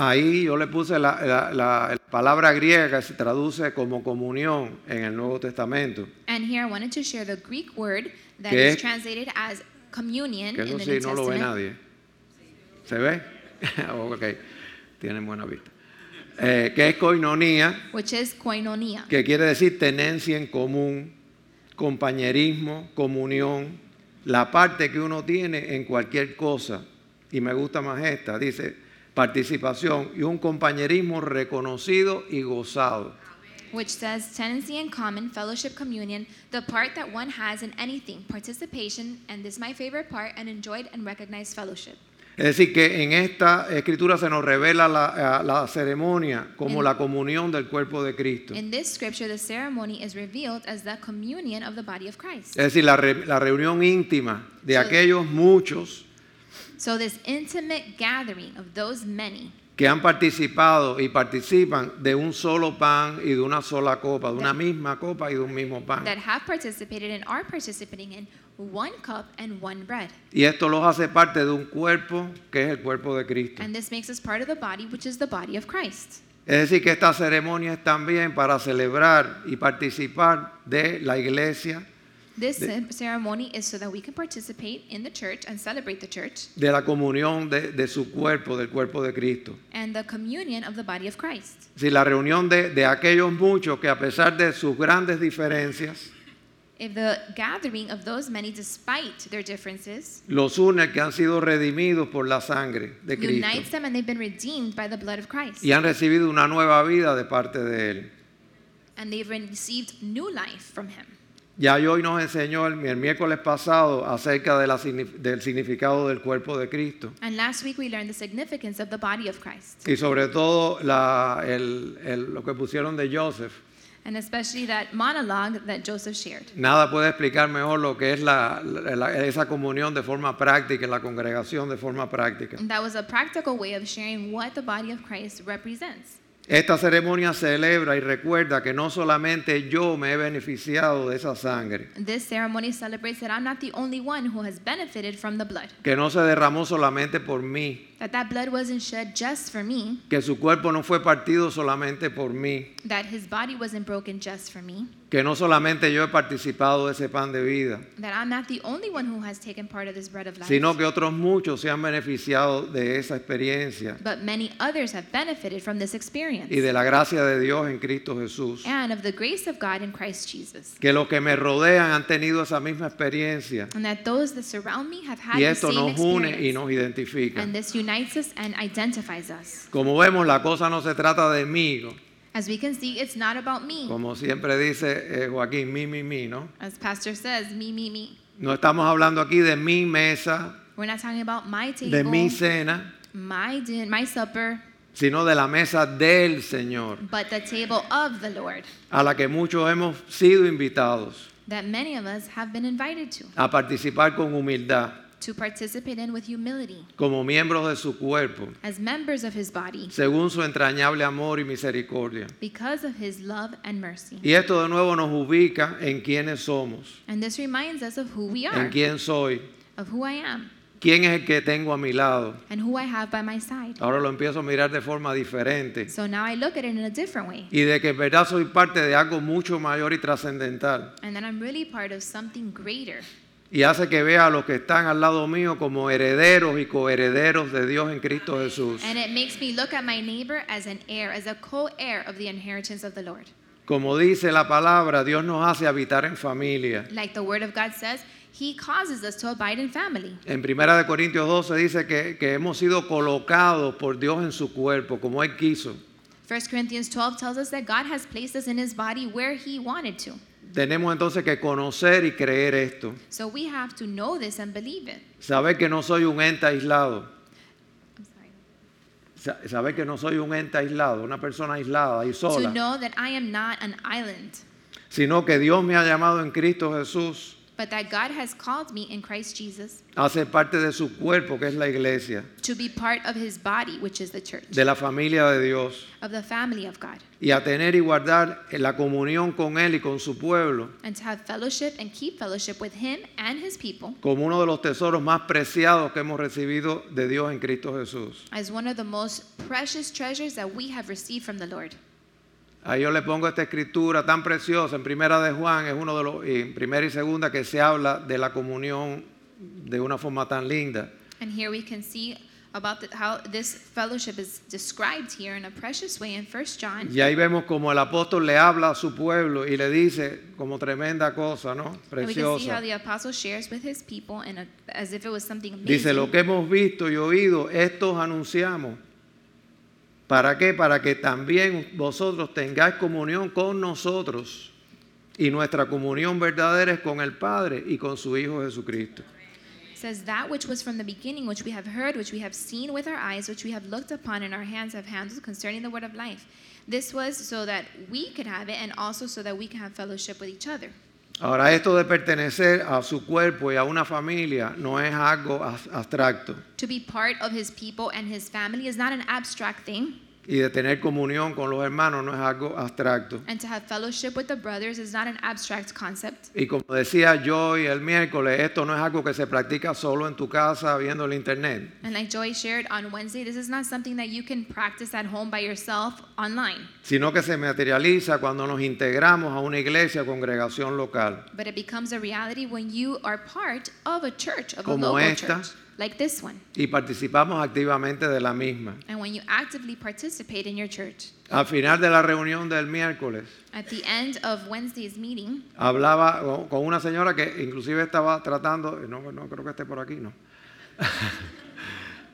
Speaker 3: Ahí yo le puse la, la- la palabra griega que se traduce como comunión en el Nuevo Testamento,
Speaker 4: And here I wanted to share the Greek word that
Speaker 3: Que
Speaker 4: is
Speaker 3: es-
Speaker 4: translated as communion
Speaker 3: que
Speaker 4: in
Speaker 3: eso
Speaker 4: the
Speaker 3: sí
Speaker 4: New
Speaker 3: no lo ve
Speaker 4: Testament.
Speaker 3: nadie. ¿Se ve? (laughs) ok, tienen buena vista. Eh, que es coinonía,
Speaker 4: Which is koinonia,
Speaker 3: que quiere decir tenencia en común, compañerismo, comunión, la parte que uno tiene en cualquier cosa. Y me gusta más esta, dice participación y un compañerismo reconocido y gozado.
Speaker 4: which says tenancy in common, fellowship, communion, the part that one has in anything, participation, and this my favorite part, an enjoyed and recognized fellowship.
Speaker 3: Es decir, que en esta escritura se nos revela la, a- la ceremonia como
Speaker 4: En-
Speaker 3: la comunión del cuerpo de Cristo.
Speaker 4: In this scripture, the ceremony is revealed as the communion of the body of Christ.
Speaker 3: Es decir, la, re- la reunión íntima de
Speaker 4: So-
Speaker 3: aquellos muchos
Speaker 4: So this intimate gathering of those many
Speaker 3: que han participado y participan de un solo pan y de una sola copa, de una misma copa y de un mismo pan.
Speaker 4: that have participated and are participating in one cup and one bread.
Speaker 3: Y esto los hace parte de un cuerpo que es el cuerpo de Cristo.
Speaker 4: And this makes us part of the body, which is the body of Christ.
Speaker 3: Es decir, que esta ceremonia es también para celebrar y participar de la iglesia,
Speaker 4: This ce- ceremony is so that we can participate in the church and celebrate the church
Speaker 3: de la comunión de, de su cuerpo, del cuerpo de Cristo.
Speaker 4: and the communion of the body of Christ.
Speaker 3: Si la reunión de, de aquellos muchos que a pesar de sus grandes diferencias,
Speaker 4: If the gathering of those many, despite their differences,
Speaker 3: los une que han sido redimidos por la sangre de
Speaker 4: unites
Speaker 3: Cristo
Speaker 4: them and they've been redeemed by the blood of Christ,
Speaker 3: y han recibido una nueva vida de parte de Él.
Speaker 4: and they've received new life from Him.
Speaker 3: Ya hoy nos enseñó el, el miércoles pasado acerca de la signif- del significado del cuerpo de Cristo
Speaker 4: And last week we learned the significance of the body of Christ,
Speaker 3: y sobre todo la- el- el- lo que pusieron de Joseph.
Speaker 4: and especially that monologue that Joseph shared.
Speaker 3: Nada puede explicar mejor lo que es la- la- la- esa comunión de forma práctica, en la congregación de forma práctica.
Speaker 4: And that was a practical way of sharing what the body of Christ represents.
Speaker 3: Esta ceremonia celebra y recuerda que no solamente yo me he beneficiado de esa sangre,
Speaker 4: This ceremony celebrates that I'm not the only one who has benefited from the blood.
Speaker 3: que no se derramó solamente por mí,
Speaker 4: That that blood wasn't shed just for me,
Speaker 3: que su cuerpo no fue partido solamente por mí,
Speaker 4: that his body wasn't broken just for me,
Speaker 3: que no solamente yo he participado de ese pan de vida,
Speaker 4: that I'm not the only one who has taken part of this bread of life,
Speaker 3: sino que otros muchos se han beneficiado de esa experiencia
Speaker 4: but many others have benefited from this experience
Speaker 3: y de la gracia de Dios en Cristo Jesús.
Speaker 4: and of the grace of God in Christ Jesus.
Speaker 3: Que los que me rodean han tenido esa misma experiencia
Speaker 4: And that those that surround me have had
Speaker 3: y
Speaker 4: the
Speaker 3: esto
Speaker 4: same
Speaker 3: nos une y
Speaker 4: experience.
Speaker 3: nos identifica.
Speaker 4: And this unites us and identifies us.
Speaker 3: Como vemos, la cosa no se trata de mí,
Speaker 4: As we can see, it's not about me.
Speaker 3: como siempre dice eh, Joaquín, mi, mi, mi, ¿no?
Speaker 4: As Pastor says, me, me, me.
Speaker 3: No estamos hablando aquí de mi mesa,
Speaker 4: We're not talking about my table,
Speaker 3: de mi cena,
Speaker 4: my din- my supper,
Speaker 3: sino de la mesa del Señor,
Speaker 4: but the table of the Lord
Speaker 3: a la que muchos hemos sido invitados
Speaker 4: that many of us have been invited to,
Speaker 3: a participar con humildad
Speaker 4: to participate in with humility
Speaker 3: como miembros de su cuerpo,
Speaker 4: as members of his body
Speaker 3: según su entrañable amor y misericordia.
Speaker 4: because of his love and mercy.
Speaker 3: Y esto de nuevo nos ubica en quiénes somos,
Speaker 4: And this reminds us of who we
Speaker 3: en
Speaker 4: are,
Speaker 3: quién soy,
Speaker 4: of who I am,
Speaker 3: quién es el que tengo a mi lado.
Speaker 4: and who I have by my side.
Speaker 3: Ahora lo empiezo a mirar de forma diferente.
Speaker 4: So now I look at it in a different way,
Speaker 3: y de que en verdad soy parte de algo mucho mayor y trascendental
Speaker 4: and that I'm really part of something greater
Speaker 3: y hace que vea a los que están al lado mío como herederos y coherederos de Dios en Cristo Jesús,
Speaker 4: And it makes me look at my neighbor as an heir, as a co heir of the inheritance of the Lord.
Speaker 3: como dice la palabra, Dios nos hace habitar en familia.
Speaker 4: Like the Word of God says, He causes us to abide in family.
Speaker 3: En 1 Corintios 12 dice que, que hemos sido colocados por Dios en su cuerpo, como Él quiso.
Speaker 4: 1 Corinthians 12 tells us that God has placed us in His body where He wanted to.
Speaker 3: Tenemos entonces que conocer y creer esto,
Speaker 4: So we have to know this and believe it.
Speaker 3: saber que no soy un ente aislado,
Speaker 4: I'm sorry.
Speaker 3: sa- saber que no soy un ente aislado, una persona aislada y
Speaker 4: To
Speaker 3: sola,
Speaker 4: know that I am not an island,
Speaker 3: sino que Dios me ha llamado en Cristo Jesús
Speaker 4: but that God has called me in Christ Jesus
Speaker 3: hace parte de su cuerpo, que es la iglesia,
Speaker 4: to be part of His body, which is the church,
Speaker 3: de la familia de Dios,
Speaker 4: of the family of God,
Speaker 3: y a tener y guardar la comunión con Él y con su pueblo
Speaker 4: and to have fellowship and keep fellowship with Him and His people.
Speaker 3: como uno de los tesoros más preciados que hemos recibido de Dios en Cristo Jesús.
Speaker 4: as one of the most precious treasures that we have received from the Lord.
Speaker 3: Ahí yo le pongo esta escritura tan preciosa en Primera de Juan, es uno de los y en Primera y Segunda que se habla de la comunión de una forma tan linda.
Speaker 4: And here we can see about the, how this fellowship is described here in a precious way in 1 John.
Speaker 3: Y ahí vemos como el apóstol le habla a su pueblo y le dice como tremenda cosa, ¿no?
Speaker 4: And we can see how
Speaker 3: Preciosa.
Speaker 4: the apostle shares with his people and as if it was something
Speaker 3: Dice,
Speaker 4: amazing.
Speaker 3: lo que hemos visto y oído, estos anunciamos. ¿Para qué? Para que también vosotros tengáis comunión con nosotros. Y nuestra comunión verdadera es con el Padre y con su Hijo Jesucristo.
Speaker 4: It says that which was from the beginning, which we have heard, which we have seen with our eyes, which we have looked upon, and our hands have handled concerning the word of life. This was so that we could have it, and also so that we can have fellowship with each other.
Speaker 3: Ahora, esto de pertenecer a su cuerpo y a una familia no es algo as- abstracto.
Speaker 4: To be part of his people and his family is not an abstract thing.
Speaker 3: y de tener comunión con los hermanos no es algo abstracto.
Speaker 4: And to have fellowship with the brothers is not an abstract concept.
Speaker 3: Y como decía yo y el miércoles, esto no es algo que se practica solo en tu casa viendo el internet.
Speaker 4: And like Joy shared on Wednesday, this is not something that you can practice at home by yourself online,
Speaker 3: sino que se materializa cuando nos integramos a una iglesia o congregación local,
Speaker 4: but it becomes a reality when you are part of a church, of a
Speaker 3: Como
Speaker 4: local
Speaker 3: esta.
Speaker 4: church, like this one,
Speaker 3: y participamos activamente de la misma.
Speaker 4: and when you actively participate in your church.
Speaker 3: Al final de la reunión del miércoles,
Speaker 4: At the end of Wednesday's meeting,
Speaker 3: hablaba con- con una señora que inclusive estaba tratando, no, no creo que esté por aquí, no. (laughs)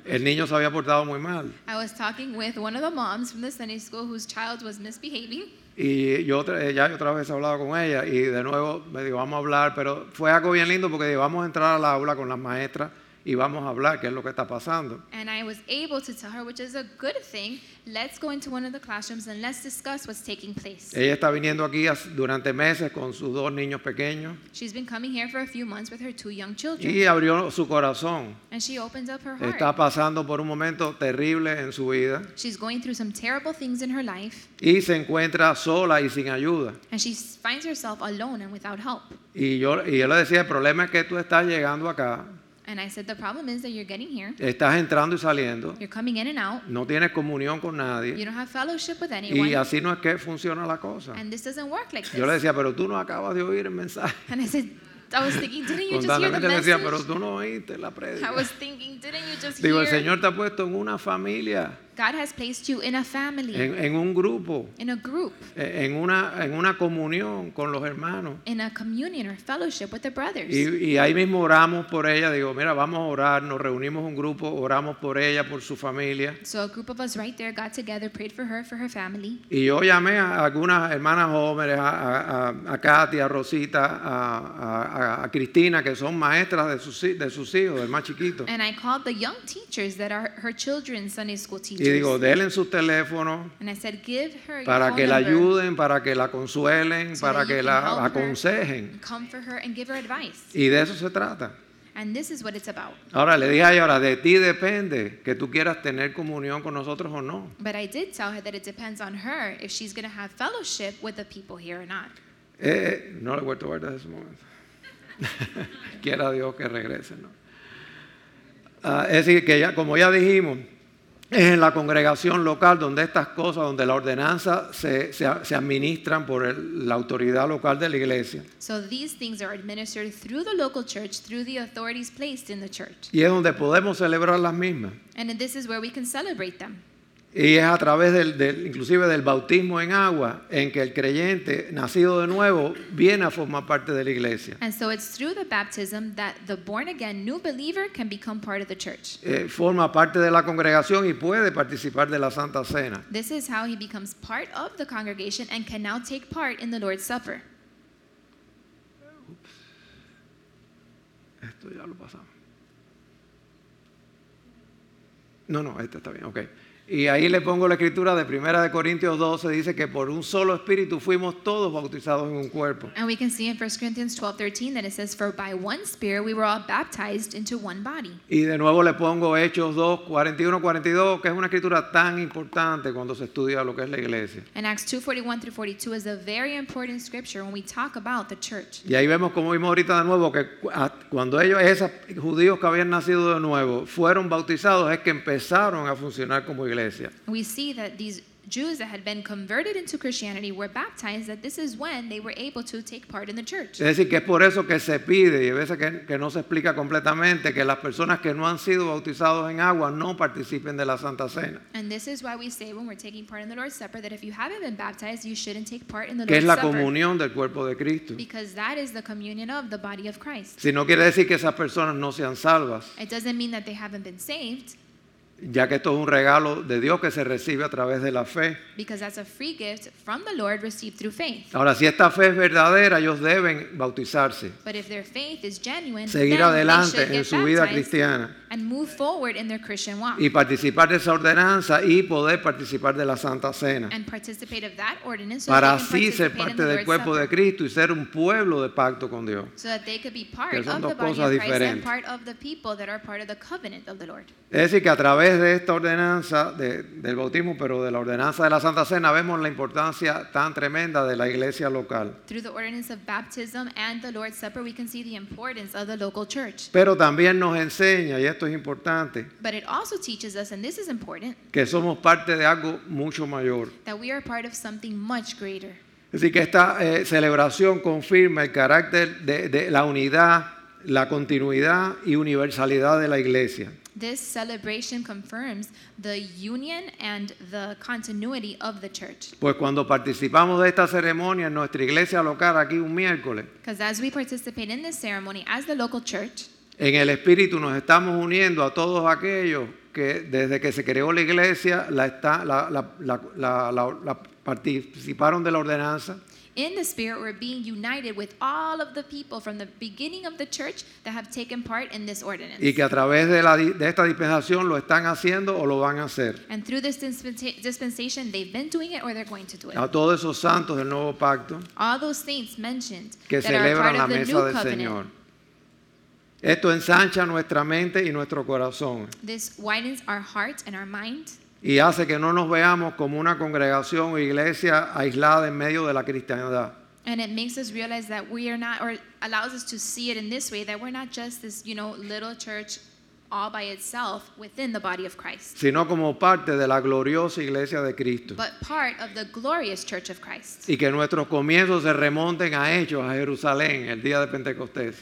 Speaker 3: el niño se había portado muy mal.
Speaker 4: I was talking with one of the moms from the Sunday school whose child was misbehaving.
Speaker 3: Y yo otra- ya yo otra vez hablaba con ella y de nuevo me dijo, vamos a hablar, pero fue algo bien lindo porque dijo, vamos a entrar al aula con las maestras y vamos a hablar qué es lo que está pasando.
Speaker 4: And I was able to tell her, which is a good thing, let's go into one of the classrooms and let's discuss what's taking place.
Speaker 3: Ella está viniendo aquí hace- durante meses con sus dos niños pequeños
Speaker 4: She's been coming here for a few months with her two young children,
Speaker 3: y abrió su corazón.
Speaker 4: and she opens up
Speaker 3: Eh,
Speaker 4: her heart.
Speaker 3: Está pasando por un momento terrible en su vida
Speaker 4: She's going through some terrible things in her life,
Speaker 3: y se encuentra sola y sin ayuda.
Speaker 4: and she s- finds herself alone and without help.
Speaker 3: Y yo, y yo le decía, el problema es que tú estás llegando acá,
Speaker 4: And I said, The problem is that you're getting here,
Speaker 3: estás entrando y saliendo,
Speaker 4: you're coming in and out,
Speaker 3: no tienes comunión con
Speaker 4: you
Speaker 3: nadie
Speaker 4: don't have fellowship with
Speaker 3: y
Speaker 4: anyone,
Speaker 3: así no es que funciona la cosa.
Speaker 4: and this doesn't work like
Speaker 3: Ah. Yo le
Speaker 4: this.
Speaker 3: decía, pero tú no acabas de oír el mensaje.
Speaker 4: And I said, I was thinking, Didn't (laughs) you just hear the
Speaker 3: Constantemente le decía, pero
Speaker 4: message?
Speaker 3: tú no oíste la
Speaker 4: I
Speaker 3: predica.
Speaker 4: was thinking, Didn't you just
Speaker 3: Digo, el
Speaker 4: hear?
Speaker 3: Señor te ha puesto en una familia,
Speaker 4: God has placed you in a family,
Speaker 3: en, en un grupo,
Speaker 4: in a group,
Speaker 3: eh, en una, en una comunión con los hermanos.
Speaker 4: in a communion or fellowship with the brothers.
Speaker 3: Y, y ahí mismo oramos por ella. Digo, mira, vamos a orar. Nos reunimos un grupo, oramos por ella, por su familia.
Speaker 4: So a group of us right there got together, prayed for her, for her family.
Speaker 3: Y yo llamé a algunas hermanas jóvenes, a, a, a- a Katy, a Rosita, a, a- a- a Cristina, que son maestras de sus, hi- de sus hijos, del más chiquito.
Speaker 4: And I called the young teachers that are her children's Sunday school
Speaker 3: Y digo,
Speaker 4: teachers.
Speaker 3: denle sus teléfonos
Speaker 4: And I said, give her your
Speaker 3: para
Speaker 4: phone
Speaker 3: que la
Speaker 4: number
Speaker 3: ayuden, para que la consuelen,
Speaker 4: so that
Speaker 3: para
Speaker 4: you
Speaker 3: que
Speaker 4: can help
Speaker 3: la
Speaker 4: her
Speaker 3: aconsejen.
Speaker 4: and comfort her and give her advice.
Speaker 3: Y de eso se trata.
Speaker 4: And this is what it's about.
Speaker 3: Ahora le dije a ella, ahora de ti depende que tú quieras tener comunión con nosotros o no.
Speaker 4: But I did tell her that it depends on her if she's going to have fellowship with the people here or not.
Speaker 3: Eh, eh, no le he vuelto a ver desde ese momento. (laughs) Quiera Dios que regrese. ¿no? Ah, es decir, que ya, como ya dijimos, es en la congregación local donde estas cosas, donde la ordenanza se, se, se administran por el- la autoridad local de la iglesia.
Speaker 4: So these things are administered through the local church, through the authorities placed in the church.
Speaker 3: Y es donde podemos celebrar las mismas.
Speaker 4: And this is where we can celebrate them.
Speaker 3: Y es a través del, del- inclusive del bautismo en agua en que el creyente nacido de nuevo viene a formar parte de la iglesia.
Speaker 4: And so it's through the baptism that the born again new believer can become part of the church.
Speaker 3: Eh, forma parte de la congregación y puede participar de la Santa Cena.
Speaker 4: This is how he becomes part of the congregation and can now take part in the Lord's Supper.
Speaker 3: Esto ya lo pasamos. No, no, este está bien, ok. Y ahí le pongo la escritura de 1 de Corintios 12, dice que por un solo espíritu fuimos todos bautizados en un cuerpo.
Speaker 4: And we can see in 1 Corinthians 12 13 that it says, For by one Spirit we were all baptized into one body.
Speaker 3: Y de nuevo le pongo Hechos 2, 41, 42, que es una escritura tan importante cuando se estudia lo que es la iglesia.
Speaker 4: And Acts 2 41 through 42 is a very important scripture when we talk about the church.
Speaker 3: Y ahí vemos como vimos ahorita de nuevo que cu- a- cuando ellos, esos judíos que habían nacido de nuevo, fueron bautizados, es que empezaron a funcionar como iglesia.
Speaker 4: We see that these Jews that had been converted into Christianity were baptized, that this is when they were able to take part in the church.
Speaker 3: Es decir, que es por eso que se pide, y a veces que, que no se explica completamente, que las personas que no han sido bautizados en agua no participen de la Santa Cena,
Speaker 4: And this is why we say when we're taking part in the Lord's Supper that if you haven't been baptized, you shouldn't take part in the
Speaker 3: que es
Speaker 4: Lord's
Speaker 3: la
Speaker 4: Supper.
Speaker 3: comunión del cuerpo de Cristo.
Speaker 4: Because that is the communion of the body of Christ.
Speaker 3: Si no quiere decir que esas personas no sean salvas,
Speaker 4: It doesn't mean that they haven't been saved,
Speaker 3: ya que esto es un regalo de Dios que se recibe a través de la fe.
Speaker 4: because that's a free gift from the Lord received through faith.
Speaker 3: Ahora, si esta fe es verdadera, ellos deben bautizarse,
Speaker 4: But if their faith is genuine,
Speaker 3: seguir
Speaker 4: then they
Speaker 3: adelante
Speaker 4: should
Speaker 3: en
Speaker 4: get
Speaker 3: su vida
Speaker 4: baptized
Speaker 3: cristiana.
Speaker 4: and move forward in their Christian walk
Speaker 3: y participar de esa ordenanza y poder participar de la Santa Cena.
Speaker 4: and participate of that ordinance so
Speaker 3: Para
Speaker 4: that they
Speaker 3: así
Speaker 4: can
Speaker 3: ser
Speaker 4: participate in
Speaker 3: parte
Speaker 4: the
Speaker 3: del
Speaker 4: Lord's
Speaker 3: cuerpo de
Speaker 4: Supper,
Speaker 3: Cristo y ser un pueblo de pacto con Dios.
Speaker 4: so that they could be
Speaker 3: Que
Speaker 4: part
Speaker 3: son
Speaker 4: of
Speaker 3: dos
Speaker 4: the body
Speaker 3: cosas
Speaker 4: of Christ
Speaker 3: diferentes.
Speaker 4: and part of the people that are part of the covenant of the Lord.
Speaker 3: Es decir, que a través de esta ordenanza de- del bautismo, pero de la ordenanza de la Santa Cena, vemos la importancia tan tremenda de la iglesia local.
Speaker 4: Through the ordinance of baptism and the Lord's Supper, we can see the importance of the local church.
Speaker 3: Pero también nos enseña, y esto es importante,
Speaker 4: But it also teaches us, and this is important,
Speaker 3: que somos parte de algo mucho mayor.
Speaker 4: that we are part of something much greater.
Speaker 3: Es decir, que esta eh, celebración confirma el carácter de, de la unidad, la continuidad y universalidad de la iglesia.
Speaker 4: This celebration confirms the union and the continuity of the church.
Speaker 3: Pues cuando participamos de esta ceremonia en nuestra iglesia local aquí un miércoles,
Speaker 4: Because as we participate in this ceremony as the local church,
Speaker 3: en el Espíritu nos estamos uniendo a todos aquellos que desde que se creó la iglesia la está- la- la- la- la- la- la participaron de la ordenanza,
Speaker 4: in the Spirit, we're being united with all of the people from the beginning of the church that have taken part in this ordinance.
Speaker 3: y que a través de, la di- de esta dispensación lo están haciendo o lo van a hacer.
Speaker 4: and through this dispensa- dispensation, they've been doing it or they're going to do it.
Speaker 3: A todos esos santos del nuevo pacto
Speaker 4: All those saints mentioned
Speaker 3: que
Speaker 4: that are a part
Speaker 3: celebran la
Speaker 4: of the new
Speaker 3: mesa del
Speaker 4: covenant.
Speaker 3: Señor. Esto ensancha nuestra mente y nuestro corazón
Speaker 4: This widens our heart and our mind
Speaker 3: y hace que no nos veamos como una congregación o iglesia aislada en medio de la cristiandad.
Speaker 4: And it makes us realize that we are not, or allows us to see it in this way that we're not just this, you know, little church all by itself within the body of Christ,
Speaker 3: sino como parte de la gloriosa iglesia de Cristo.
Speaker 4: but part of the glorious church of Christ.
Speaker 3: Y que nuestros comienzos se remonten a hechos, a Jerusalén, el día de Pentecostés.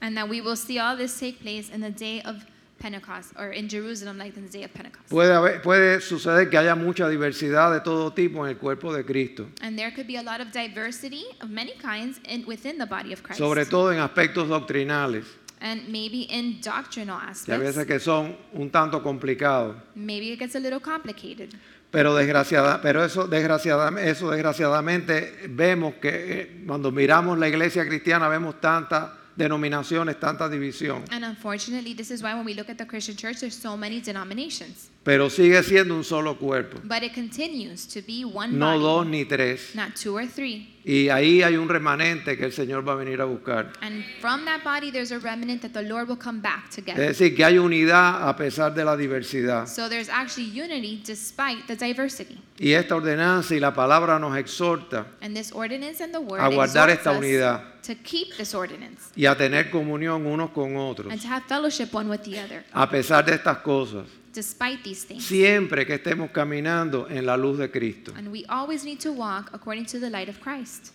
Speaker 4: And that we will see all this take place in the day of Pentecost, or in Jerusalem, like in the day of Pentecost.
Speaker 3: Puede, haber- puede suceder que haya mucha diversidad de todo tipo en el cuerpo de Cristo,
Speaker 4: And there could be a lot of diversity of many kinds in, within the body of Christ.
Speaker 3: sobre todo en aspectos doctrinales,
Speaker 4: And maybe in doctrinal
Speaker 3: que a veces
Speaker 4: aspects,
Speaker 3: que son un tanto complicados.
Speaker 4: maybe it gets a little complicated.
Speaker 3: Pero, desgraciada, pero eso, desgraciadamente, eso desgraciadamente vemos que eh, cuando miramos la iglesia cristiana vemos tantas denominaciones, tanta división.
Speaker 4: And unfortunately, this is why when we look at the Christian church, there's so many denominations.
Speaker 3: Pero sigue siendo un solo cuerpo,
Speaker 4: But it continues to be one
Speaker 3: no
Speaker 4: body,
Speaker 3: dos ni tres.
Speaker 4: not two or three.
Speaker 3: Y ahí hay un remanente que el Señor va a venir a buscar.
Speaker 4: And from that body, there's a remnant that the Lord will come back
Speaker 3: Es
Speaker 4: together.
Speaker 3: decir, que hay unidad a pesar de la diversidad.
Speaker 4: So there's actually unity despite the diversity.
Speaker 3: Y esta ordenanza y la palabra nos exhorta
Speaker 4: And this ordinance and the word
Speaker 3: A guardar
Speaker 4: exhorts
Speaker 3: esta
Speaker 4: us
Speaker 3: unidad.
Speaker 4: to keep this ordinance
Speaker 3: y a tener comunión unos con otros,
Speaker 4: and to have fellowship one with the other
Speaker 3: a pesar de estas cosas,
Speaker 4: despite these things.
Speaker 3: siempre que estemos caminando en la luz de Cristo.
Speaker 4: And we always need to walk according to the light of Christ.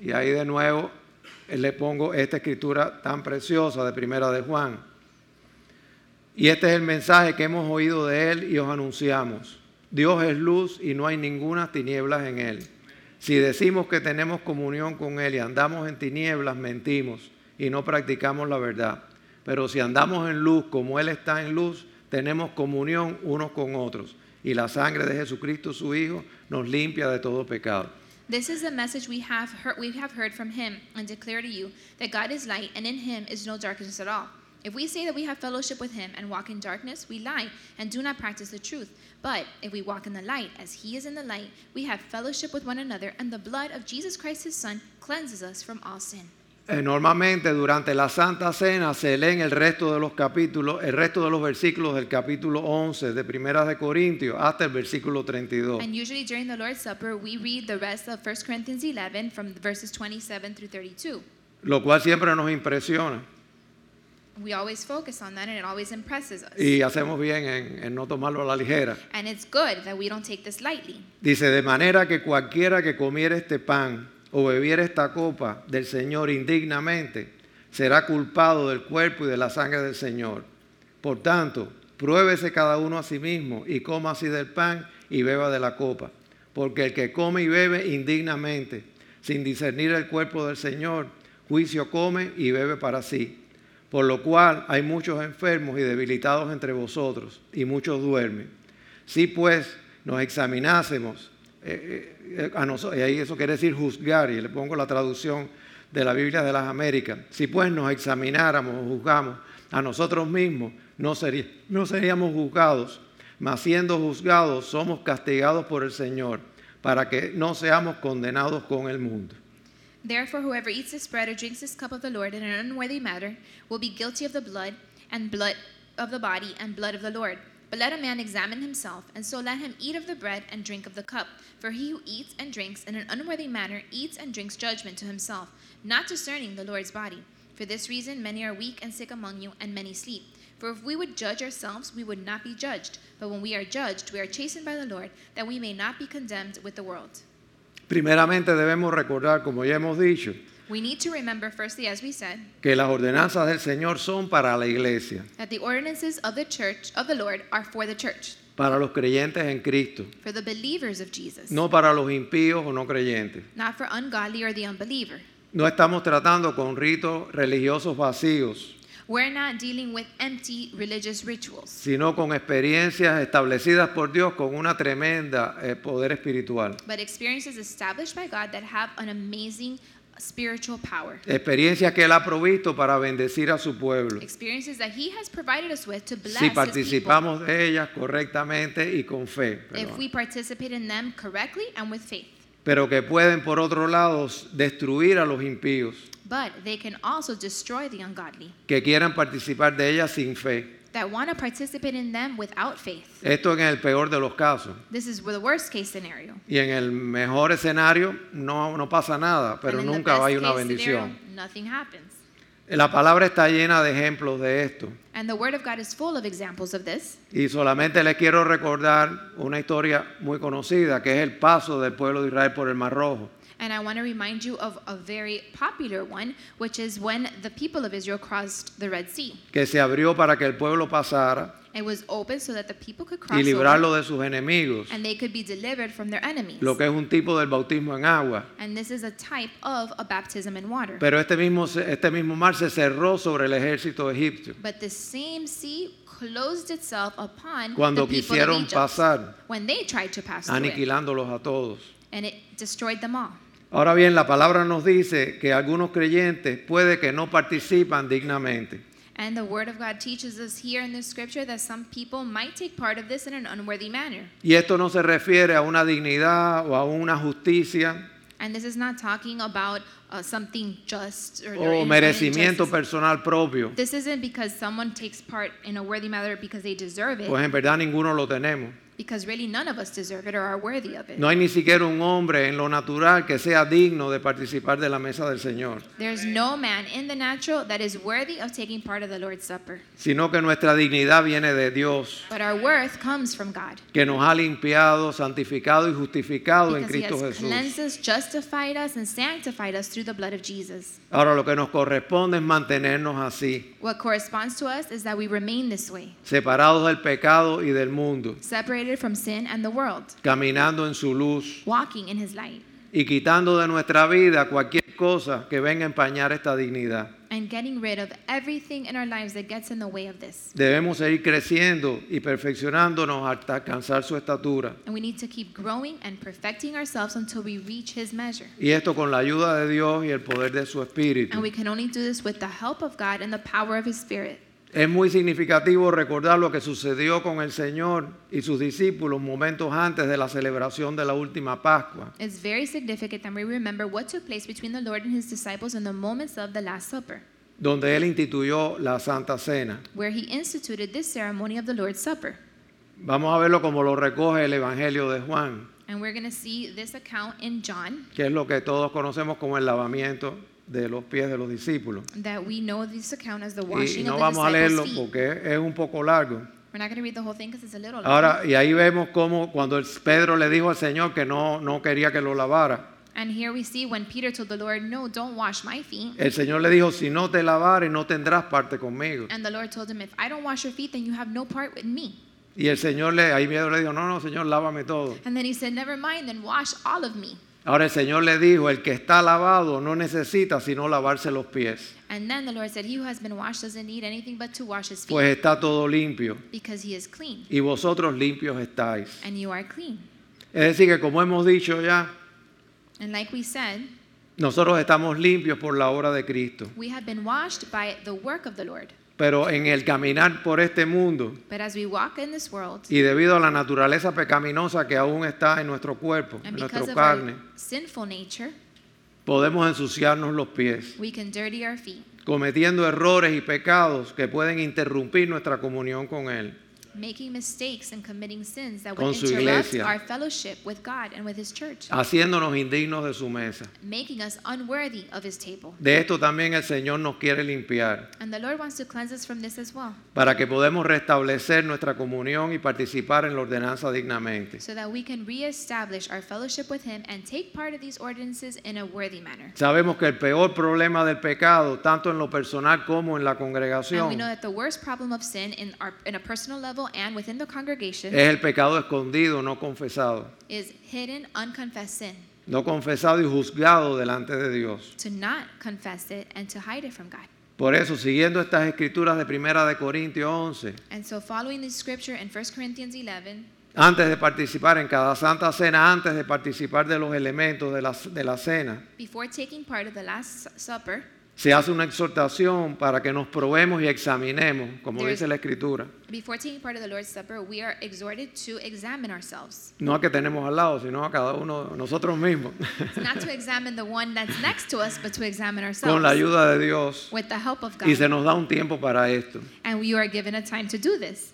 Speaker 3: Y ahí de nuevo eh, le pongo esta escritura tan preciosa de Primera de Juan. Y este es el mensaje que hemos oído de él y os anunciamos. Dios es luz y no hay ninguna tinieblas en él. Si decimos que tenemos comunión con él y andamos en tinieblas, mentimos y no practicamos la verdad. Pero si andamos en luz como él está en luz, tenemos comunión unos con otros. Y la sangre de Jesucristo su Hijo nos limpia de todo pecado.
Speaker 4: This is the message we have heard, we have heard from him and declare to you that God is light and in him is no darkness at all. If we say that we have fellowship with him and walk in darkness, we lie and do not practice the truth. But if we walk in the light as he is in the light, we have fellowship with one another and the blood of Jesus Christ his son cleanses us from all sin.
Speaker 3: Eh, Normalmente durante la Santa Cena se leen el resto de los capítulos, el resto de los versículos del capítulo 11 de Primera de Corintios hasta el versículo 32.
Speaker 4: And usually during the Lord's Supper, we read the rest of 1 Corinthians 11 from verses 27 through 32.
Speaker 3: Lo cual siempre nos impresiona
Speaker 4: We always focus on that and it always impresses us.
Speaker 3: y hacemos bien en, en no tomarlo a la ligera.
Speaker 4: And it's good that we don't take this lightly.
Speaker 3: Dice, de manera que cualquiera que comiera este pan o bebiera esta copa del Señor indignamente, será culpado del cuerpo y de la sangre del Señor. Por tanto, pruébese cada uno a sí mismo y coma así del pan y beba de la copa. Porque el que come y bebe indignamente, sin discernir el cuerpo del Señor, juicio come y bebe para sí. Por lo cual hay muchos enfermos y debilitados entre vosotros, y muchos duermen. Si pues nos examinásemos, eh, eh, a noso- y ahí eso quiere decir juzgar, y le pongo la traducción de la Biblia de las Américas, si pues nos examináramos o juzgamos a nosotros mismos, no, sería- no seríamos juzgados, mas siendo juzgados somos castigados por el Señor, para que no seamos condenados con el mundo.
Speaker 4: Therefore, whoever eats this bread or drinks this cup of the Lord in an unworthy manner will be guilty of the blood and blood of the body and blood of the Lord. But let a man examine himself, and so let him eat of the bread and drink of the cup. For he who eats and drinks in an unworthy manner eats and drinks judgment to himself, not discerning the Lord's body. For this reason, many are weak and sick among you, and many sleep. For if we would judge ourselves, we would not be judged. But when we are judged, we are chastened by the Lord, that we may not be condemned with the world.
Speaker 3: Primeramente debemos recordar, como ya hemos dicho,
Speaker 4: We need to remember, firstly, as we said,
Speaker 3: que las ordenanzas del Señor son para la iglesia,
Speaker 4: that the ordinances of the church of the Lord are for the church,
Speaker 3: para los creyentes en Cristo,
Speaker 4: for the believers of Jesus,
Speaker 3: no para los impíos o no creyentes.
Speaker 4: not for ungodly or the unbeliever.
Speaker 3: No estamos tratando con ritos religiosos vacíos,
Speaker 4: We're not dealing with empty religious rituals,
Speaker 3: sino con experiencias establecidas por Dios con una tremenda eh, poder espiritual.
Speaker 4: but experiences established by God that have an amazing spiritual power.
Speaker 3: Experiencias que Él ha provisto para bendecir a su pueblo.
Speaker 4: Experiences that He has provided us with to bless
Speaker 3: Si
Speaker 4: His people
Speaker 3: participamos de ellas correctamente y con fe.
Speaker 4: if
Speaker 3: Perdón.
Speaker 4: we participate in them correctly and with faith.
Speaker 3: Pero que pueden, por otro lado, destruir a los impíos
Speaker 4: But they can also destroy the ungodly
Speaker 3: que quieran participar de ellas sin fe.
Speaker 4: that want to participate in them without faith.
Speaker 3: Esto en el peor de los casos.
Speaker 4: This is the worst case scenario.
Speaker 3: Y en el mejor escenario no, no pasa nada, pero
Speaker 4: And in the
Speaker 3: nunca
Speaker 4: best
Speaker 3: hay una
Speaker 4: case scenario,
Speaker 3: bendición.
Speaker 4: nothing happens.
Speaker 3: La palabra está llena de ejemplos de esto.
Speaker 4: And the Word of God is full of examples of this.
Speaker 3: Y solamente les quiero recordar una historia muy conocida, que es el paso del pueblo de Israel por el Mar Rojo.
Speaker 4: And I want to remind you of a very popular one, which is when the people of Israel crossed the Red Sea.
Speaker 3: que se abrió para que el pueblo pasara
Speaker 4: It was open so that the people could
Speaker 3: y
Speaker 4: cross
Speaker 3: librarlo
Speaker 4: over
Speaker 3: de sus enemigos,
Speaker 4: and they could be delivered from their enemies.
Speaker 3: lo que es un tipo del bautismo en agua.
Speaker 4: And this is a type of a baptism in water.
Speaker 3: Pero este mismo, este mismo mar se cerró sobre el ejército egipcio
Speaker 4: But the same sea closed itself upon
Speaker 3: Cuando
Speaker 4: the people of
Speaker 3: quisieron
Speaker 4: Egypt
Speaker 3: pasar.
Speaker 4: when they tried to pass through it,
Speaker 3: aniquilándolos a todos.
Speaker 4: and it destroyed them all.
Speaker 3: Ahora bien, la palabra nos dice que algunos creyentes puede que no participan dignamente.
Speaker 4: And the Word of God teaches us here in the scripture that some people might take part of this in an unworthy manner.
Speaker 3: Y esto no se refiere a una dignidad o a una justicia
Speaker 4: And this is not talking about uh, something just or, or
Speaker 3: o
Speaker 4: in-
Speaker 3: Oh, merecimiento
Speaker 4: injustice.
Speaker 3: personal propio,
Speaker 4: This isn't because someone takes part in a worthy matter because they deserve it,
Speaker 3: pues en verdad ninguno lo tenemos.
Speaker 4: because really none of us deserve it or are worthy of it.
Speaker 3: No hay ni siquiera un hombre en lo natural que sea digno de participar de la mesa del Señor,
Speaker 4: There's no man in the natural that is worthy of taking part of the Lord's Supper.
Speaker 3: sino que nuestra dignidad viene de Dios,
Speaker 4: But our worth comes from God.
Speaker 3: que nos ha limpiado, santificado y justificado en
Speaker 4: Because he
Speaker 3: Cristo
Speaker 4: has
Speaker 3: Jesús.
Speaker 4: cleansed us, justified us, and sanctified us through the blood of Jesus.
Speaker 3: Ahora lo que nos corresponde es mantenernos así,
Speaker 4: What corresponds to us is that we remain this way,
Speaker 3: separados del pecado y del mundo,
Speaker 4: separated from sin and the world,
Speaker 3: caminando en su luz
Speaker 4: walking in his light,
Speaker 3: y quitando de nuestra vida cualquier cosa que venga a empañar esta dignidad.
Speaker 4: and getting rid of everything in our lives that gets in the way of this.
Speaker 3: Debemos seguir creciendo y perfeccionándonos hasta alcanzar su estatura.
Speaker 4: And we need to keep growing and perfecting ourselves until we reach his measure.
Speaker 3: Y esto con la ayuda de Dios y el poder de su
Speaker 4: And
Speaker 3: Espíritu.
Speaker 4: we can only do this with the help of God and the power of his spirit.
Speaker 3: Es muy significativo recordar lo que sucedió con el Señor y sus discípulos momentos antes de la celebración de la última Pascua.
Speaker 4: It's very significant that we remember what took place between the Lord and his disciples in the moments of the Last Supper,
Speaker 3: donde él instituyó la Santa Cena.
Speaker 4: where he instituted this ceremony of the Lord's Supper.
Speaker 3: Vamos a verlo como lo recoge el Evangelio de Juan,
Speaker 4: And we're going to see this account in John
Speaker 3: que es lo que todos conocemos como el lavamiento de los pies de los discípulos.
Speaker 4: that we know this account as the
Speaker 3: Y
Speaker 4: washing
Speaker 3: no
Speaker 4: of
Speaker 3: vamos a
Speaker 4: the
Speaker 3: leerlo
Speaker 4: disciples' feet.
Speaker 3: porque es un poco largo.
Speaker 4: We're not going to read the whole thing because it's a little long.
Speaker 3: Ahora, y ahí vemos cómo cuando el- Pedro le dijo al Señor que no, no quería que lo lavara,
Speaker 4: And here we see when Peter told the Lord, No, don't wash my feet.
Speaker 3: el Señor le dijo, si no te lavares no tendrás parte conmigo.
Speaker 4: And the Lord told him, If I don't wash your feet, then you have no part with me.
Speaker 3: Y el Señor le, ahí Pedro le dijo, no, no, Señor, lávame todo.
Speaker 4: And then he said, Never mind, then wash all of me.
Speaker 3: Ahora el Señor le dijo, el que está lavado no necesita sino lavarse los pies,
Speaker 4: And then the Lord said, He who has been washed doesn't need anything but to wash his feet,
Speaker 3: pues está todo limpio
Speaker 4: because he is clean,
Speaker 3: y vosotros limpios estáis.
Speaker 4: and you are clean.
Speaker 3: Es decir, que como hemos dicho ya,
Speaker 4: And like we said,
Speaker 3: nosotros estamos limpios por la obra de Cristo.
Speaker 4: we have been washed by the work of the Lord.
Speaker 3: Pero en el caminar por este mundo
Speaker 4: But as we walk in this world,
Speaker 3: y debido a la naturaleza pecaminosa que aún está en nuestro cuerpo, en
Speaker 4: and because
Speaker 3: nuestra
Speaker 4: of our
Speaker 3: carne,
Speaker 4: sinful nature,
Speaker 3: podemos ensuciarnos los pies,
Speaker 4: we can dirty our feet,
Speaker 3: cometiendo errores y pecados que pueden interrumpir nuestra comunión con Él.
Speaker 4: making mistakes and committing sins that
Speaker 3: Con
Speaker 4: would
Speaker 3: su
Speaker 4: interrupt
Speaker 3: iglesia.
Speaker 4: our fellowship with God and with His church,
Speaker 3: haciéndonos indignos de su mesa.
Speaker 4: making us unworthy of His table.
Speaker 3: De esto también el Señor nos quiere limpiar,
Speaker 4: And the Lord wants to cleanse us from this as well,
Speaker 3: para que podamos restablecer nuestra comunión y participar en la ordenanza dignamente.
Speaker 4: so that we can reestablish our fellowship with Him and take part of these ordinances in a worthy manner.
Speaker 3: Sabemos que el peor problema del pecado, tanto en lo personal como en la
Speaker 4: And we
Speaker 3: congregación,
Speaker 4: know that the worst problem of sin in, our, in a personal level and within the congregation
Speaker 3: es el pecado escondido, no confesado,
Speaker 4: is hidden, unconfessed sin.
Speaker 3: no confesado y juzgado delante de Dios.
Speaker 4: To not confess it and to hide it from God.
Speaker 3: Por eso, siguiendo estas escrituras de Primera de Corintios 11,
Speaker 4: And so, following this scripture in 1 Corinthians 11,
Speaker 3: antes de participar en cada santa cena, antes de participar de los elementos de la- de la cena,
Speaker 4: before taking part of the Last Su- Supper,
Speaker 3: Se hace una exhortación para que nos probemos y examinemos, como
Speaker 4: There is-
Speaker 3: dice la Escritura.
Speaker 4: before taking part of the Lord's Supper, we are exhorted to examine ourselves.
Speaker 3: No a que tenemos al lado, sino a cada uno de nosotros mismos. (laughs)
Speaker 4: It's not to examine the one that's next to us, but to examine
Speaker 3: Con la
Speaker 4: ourselves
Speaker 3: ayuda de Dios.
Speaker 4: with the help of
Speaker 3: Y se
Speaker 4: God.
Speaker 3: nos da un tiempo para esto.
Speaker 4: And we are given a time to do this.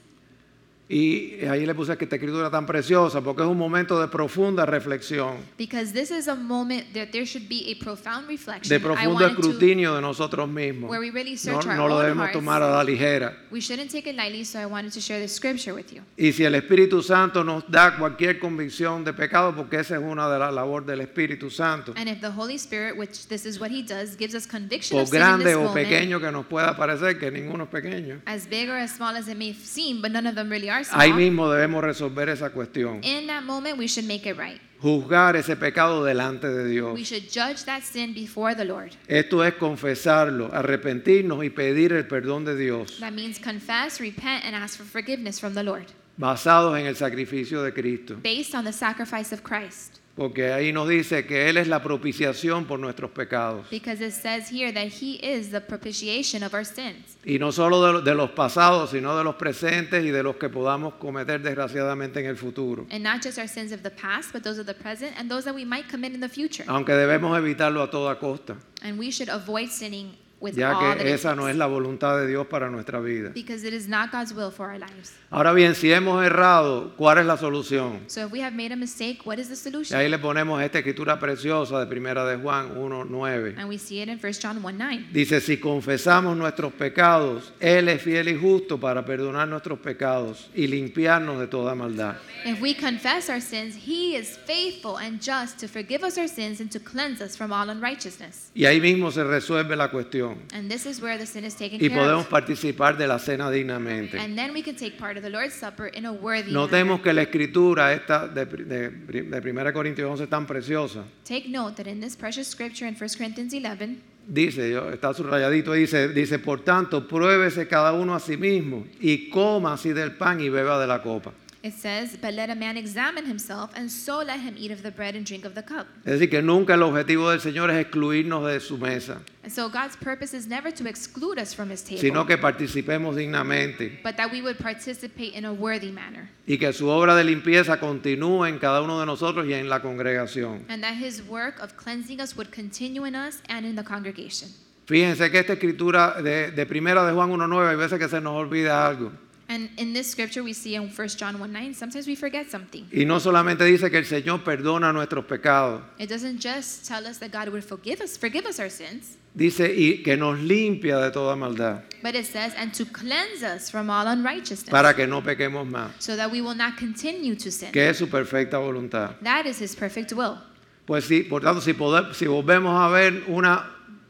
Speaker 3: Y ahí le puse que esta escritura tan preciosa, porque es un momento de profunda reflexión,
Speaker 4: Because this is a moment that there should be a profound reflection.
Speaker 3: de
Speaker 4: I
Speaker 3: profundo
Speaker 4: wanted to
Speaker 3: escrutinio de nosotros mismos.
Speaker 4: where we really
Speaker 3: No,
Speaker 4: search our
Speaker 3: no lo
Speaker 4: own
Speaker 3: debemos
Speaker 4: hearts.
Speaker 3: tomar a la ligera.
Speaker 4: We shouldn't take it lightly, so I wanted to share this scripture with you.
Speaker 3: Y si el Espíritu Santo nos da cualquier convicción de pecado, porque esa es una de las labores del Espíritu Santo,
Speaker 4: And if the Holy Spirit, which this is what He does, gives us conviction
Speaker 3: por
Speaker 4: of sin in
Speaker 3: grande
Speaker 4: this
Speaker 3: o
Speaker 4: moment,
Speaker 3: pequeño que nos pueda parecer, que ninguno es pequeño,
Speaker 4: as big or as small as it may seem, but none of them really are small,
Speaker 3: ahí mismo debemos resolver esa cuestión.
Speaker 4: in that moment we should make it right.
Speaker 3: Juzgar ese pecado delante de
Speaker 4: We
Speaker 3: Dios.
Speaker 4: should judge that sin before the Lord.
Speaker 3: Esto es confesarlo, arrepentirnos y pedir el perdón de Dios,
Speaker 4: That means confess, repent, and ask for forgiveness from the Lord,
Speaker 3: basados en el sacrificio de Cristo.
Speaker 4: based on the sacrifice of Christ.
Speaker 3: Porque ahí nos dice que Él es la propiciación por nuestros pecados.
Speaker 4: Because it says here that He is the propitiation of our sins.
Speaker 3: Y no solo de, lo- de los pasados, sino de los presentes y de los que podamos cometer desgraciadamente en el futuro.
Speaker 4: And not just our sins of the past, but those of the present and those that we might commit in the future.
Speaker 3: Aunque debemos evitarlo a toda costa,
Speaker 4: And we should avoid sinning with
Speaker 3: ya
Speaker 4: all that
Speaker 3: que
Speaker 4: it
Speaker 3: esa no
Speaker 4: takes,
Speaker 3: es la voluntad de Dios para nuestra vida.
Speaker 4: because it is not God's will for our lives.
Speaker 3: Ahora bien, si hemos errado, ¿cuál es la solución?
Speaker 4: So if we have made a mistake, what is the
Speaker 3: Y
Speaker 4: solution?
Speaker 3: ahí le ponemos esta escritura preciosa de Primera de Juan 1.9.
Speaker 4: And we see it in 1 John 1 9.
Speaker 3: Dice, si confesamos nuestros pecados, Él es fiel y justo para perdonar nuestros pecados y limpiarnos de toda maldad.
Speaker 4: If we confess our sins, he is faithful and just to forgive us our sins and to cleanse us from all unrighteousness.
Speaker 3: Y ahí mismo se resuelve la cuestión
Speaker 4: And this is where the sin is taken
Speaker 3: y
Speaker 4: care
Speaker 3: podemos
Speaker 4: of.
Speaker 3: participar de la cena dignamente.
Speaker 4: And then we can take part of the Lord's Supper in a worthy
Speaker 3: Notemos
Speaker 4: manner.
Speaker 3: que la escritura esta de, de, de 1 Corintios 11 tan preciosa.
Speaker 4: Take note that in this precious scripture in 1 Corinthians 11,
Speaker 3: Dice, yo- está subrayadito, dice, dice, por tanto, pruébese cada uno a sí mismo y coma así del pan y beba de la copa.
Speaker 4: it says, But let a man examine himself, and so let him eat of the bread and drink of the cup.
Speaker 3: Es decir, que nunca el objetivo del Señor es excluirnos de su mesa,
Speaker 4: And so God's purpose is never to exclude us from his table,
Speaker 3: sino que participemos dignamente
Speaker 4: but that we would participate in a worthy manner,
Speaker 3: y que su obra de limpieza continúe en cada uno de nosotros y en la congregación.
Speaker 4: and that his work of cleansing us would continue in us and in the congregation.
Speaker 3: Fíjense que esta escritura de, de primera de Juan 1.9 hay veces que se nos olvida algo.
Speaker 4: And in this scripture, we see in 1 John 1 9, sometimes we forget something.
Speaker 3: Y no solamente dice que el Señor perdona nuestros pecados,
Speaker 4: It doesn't just tell us that God would forgive us, forgive us our sins,
Speaker 3: dice y que nos limpia de toda maldad
Speaker 4: but it says, and to cleanse us from all unrighteousness,
Speaker 3: para que no pequemos más.
Speaker 4: so that we will not continue to sin.
Speaker 3: que es su perfecta voluntad.
Speaker 4: That is his perfect will.
Speaker 3: Pues sí, por tanto, si, pode- si volvemos a ver una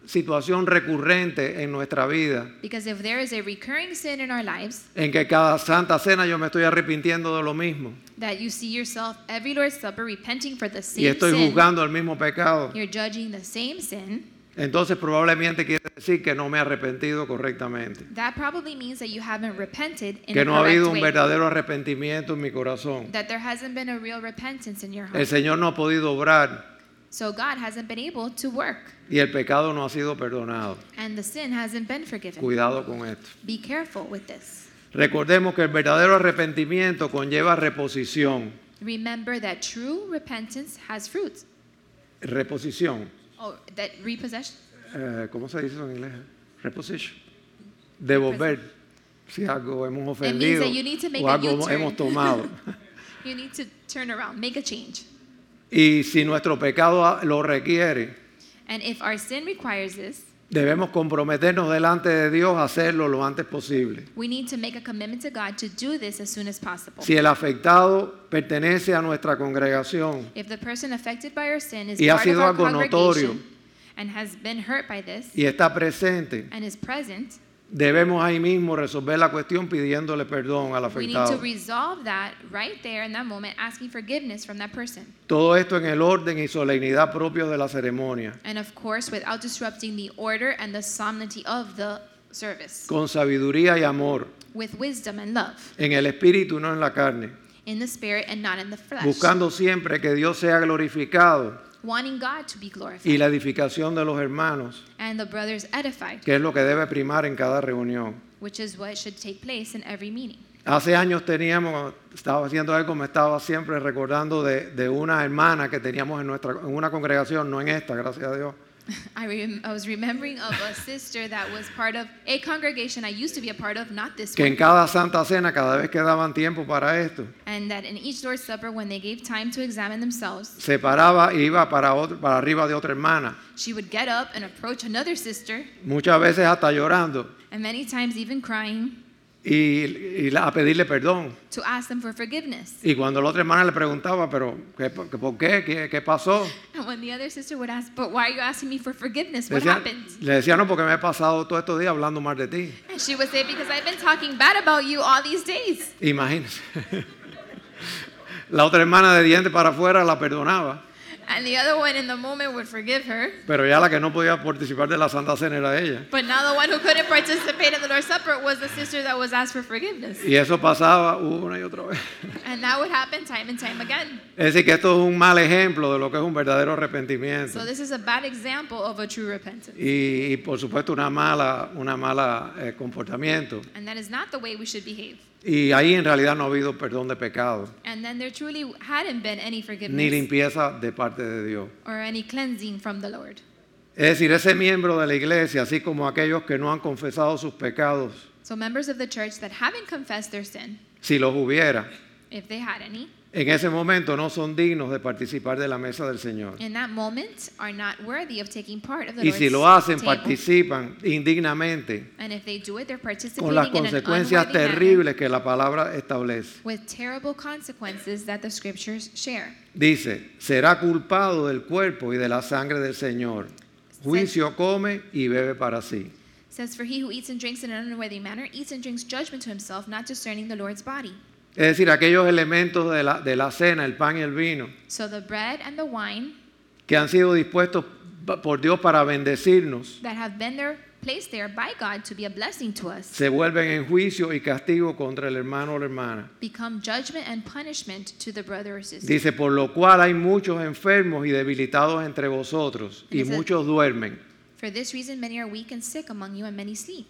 Speaker 3: situación recurrente en nuestra vida,
Speaker 4: Because if there is a recurring sin in our lives,
Speaker 3: en que cada santa cena yo me estoy arrepintiendo de lo mismo
Speaker 4: that you see yourself every Lord's Supper repenting for the same
Speaker 3: y estoy
Speaker 4: sin,
Speaker 3: juzgando el mismo pecado,
Speaker 4: you're judging the same sin,
Speaker 3: entonces probablemente quiere decir que no me he arrepentido correctamente,
Speaker 4: that probably means that you haven't repented in
Speaker 3: que
Speaker 4: a
Speaker 3: no ha
Speaker 4: correct
Speaker 3: habido un
Speaker 4: way.
Speaker 3: verdadero arrepentimiento en mi corazón.
Speaker 4: That there hasn't been a real repentance in your heart.
Speaker 3: El Señor no ha podido obrar
Speaker 4: So God hasn't been able to work,
Speaker 3: y el pecado no ha sido perdonado.
Speaker 4: and the sin hasn't been forgiven.
Speaker 3: Cuidado con esto.
Speaker 4: Be careful with this.
Speaker 3: Recordemos que el verdadero arrepentimiento conlleva reposición.
Speaker 4: Remember that true repentance has fruit.
Speaker 3: Reposición.
Speaker 4: Oh, that repossession.
Speaker 3: Eh, ¿Cómo se dice eso en inglés? Reposition. Devolver. Si algo hemos
Speaker 4: It means
Speaker 3: ofendido
Speaker 4: that you need to make
Speaker 3: o
Speaker 4: a
Speaker 3: algo hemos-
Speaker 4: U-turn.
Speaker 3: hemos
Speaker 4: (laughs)
Speaker 3: tomado.
Speaker 4: You need to turn around, make a change.
Speaker 3: Y si nuestro pecado lo requiere,
Speaker 4: And if our sin requires this,
Speaker 3: debemos comprometernos delante de Dios a hacerlo lo antes posible.
Speaker 4: we need to make a commitment to God to do this as soon as possible.
Speaker 3: Si el afectado pertenece a nuestra congregación,
Speaker 4: If the person affected by our sin is
Speaker 3: Y ha
Speaker 4: part of
Speaker 3: sido
Speaker 4: our
Speaker 3: algo notorio.
Speaker 4: congregation and has been hurt by this
Speaker 3: y está presente,
Speaker 4: and is present,
Speaker 3: debemos ahí mismo resolver la cuestión pidiéndole perdón al
Speaker 4: we need to
Speaker 3: afectado.
Speaker 4: resolve that right there in that moment, asking forgiveness from that person.
Speaker 3: Todo esto en el orden y solemnidad propios de la ceremonia,
Speaker 4: And of course, without disrupting the order and the solemnity of the service,
Speaker 3: con sabiduría y amor,
Speaker 4: with wisdom and love,
Speaker 3: en el espíritu, no en la carne,
Speaker 4: in the spirit and not in the flesh,
Speaker 3: buscando siempre que Dios sea glorificado
Speaker 4: wanting God to be
Speaker 3: y
Speaker 4: glorified
Speaker 3: la edificación de los hermanos,
Speaker 4: and the brothers edified,
Speaker 3: que es lo que debe primar en cada reunión.
Speaker 4: which is what should take place in every meeting. (laughs)
Speaker 3: Hace años teníamos, estaba haciendo algo, me estaba siempre recordando de, de una hermana que teníamos en, nuestra, en una congregación, no en esta, gracias a Dios,
Speaker 4: I, rem- I was remembering of a sister that was part of a congregation I used to be a part of, not this
Speaker 3: que en
Speaker 4: one.
Speaker 3: cada santa cena, cada vez que daban tiempo para esto,
Speaker 4: And that in each Lord's Supper, when they gave time to examine themselves,
Speaker 3: se paraba e iba para, otro- para arriba de otra hermana,
Speaker 4: she would get up and approach another sister,
Speaker 3: muchas veces hasta llorando,
Speaker 4: and many times even crying,
Speaker 3: y, y la- a pedirle perdón.
Speaker 4: to ask them for forgiveness.
Speaker 3: Y cuando la otra hermana le preguntaba, pero ¿qué, por- qué- ¿por qué? ¿Qué, qué pasó?
Speaker 4: And when the other sister would ask, But why are you asking me for forgiveness?
Speaker 3: Le
Speaker 4: What
Speaker 3: decía,
Speaker 4: happened?
Speaker 3: le decía, no, porque me he pasado todos estos días hablando mal de ti.
Speaker 4: And she would say, Because I've been talking bad about you all these days.
Speaker 3: Imagínense. La otra hermana de dientes para afuera la perdonaba,
Speaker 4: And the other one in the moment would forgive her.
Speaker 3: pero ya la que no podía participar de la Santa Cena era ella.
Speaker 4: But now the one who couldn't participate in the Lord's Supper was the sister that was asked for forgiveness.
Speaker 3: Y eso pasaba una y otra vez.
Speaker 4: And that would happen time and time again.
Speaker 3: Es decir, que esto es un mal ejemplo de lo que es un verdadero arrepentimiento.
Speaker 4: So this is a bad example of a true repentance.
Speaker 3: Y, y, por supuesto una mala, una mala eh, comportamiento.
Speaker 4: And that is not the way we should behave.
Speaker 3: Y ahí en realidad no ha habido perdón de pecado,
Speaker 4: And then there truly hadn't been any
Speaker 3: ni
Speaker 4: forgiveness
Speaker 3: limpieza de parte de Dios.
Speaker 4: or any cleansing from the Lord.
Speaker 3: Es decir, ese miembro de la iglesia, así como aquellos que no han confesado sus pecados,
Speaker 4: So members of the church that haven't confessed their sin,
Speaker 3: si los hubiera,
Speaker 4: if they had any,
Speaker 3: en ese momento no son dignos de participar de la mesa del Señor.
Speaker 4: in that moment are not worthy of taking part of the
Speaker 3: Y
Speaker 4: Lord's
Speaker 3: si lo hacen,
Speaker 4: table.
Speaker 3: participan indignamente
Speaker 4: And if they do it, they're
Speaker 3: con las
Speaker 4: participating in an
Speaker 3: consecuencias
Speaker 4: unworthy manner
Speaker 3: terribles que la palabra establece.
Speaker 4: with terrible consequences that the scriptures share.
Speaker 3: Dice, será culpado del cuerpo y de la sangre del Señor. Juicio come y bebe para sí.
Speaker 4: It says, For he who eats and drinks in an unworthy manner eats and drinks judgment to himself, not discerning the Lord's body.
Speaker 3: Es decir, aquellos elementos de la, de la cena, el pan y el vino,
Speaker 4: So the bread and the wine
Speaker 3: que han sido dispuestos pa- por Dios para bendecirnos,
Speaker 4: that have been there placed there by God to be a blessing to us
Speaker 3: se vuelven en juicio y castigo contra el hermano o la hermana.
Speaker 4: become judgment and punishment to the brother or sister.
Speaker 3: Dice, por lo cual hay muchos enfermos y debilitados entre vosotros, y
Speaker 4: Dice-
Speaker 3: muchos duermen.
Speaker 4: For this reason, many are weak and sick among you, and many sleep.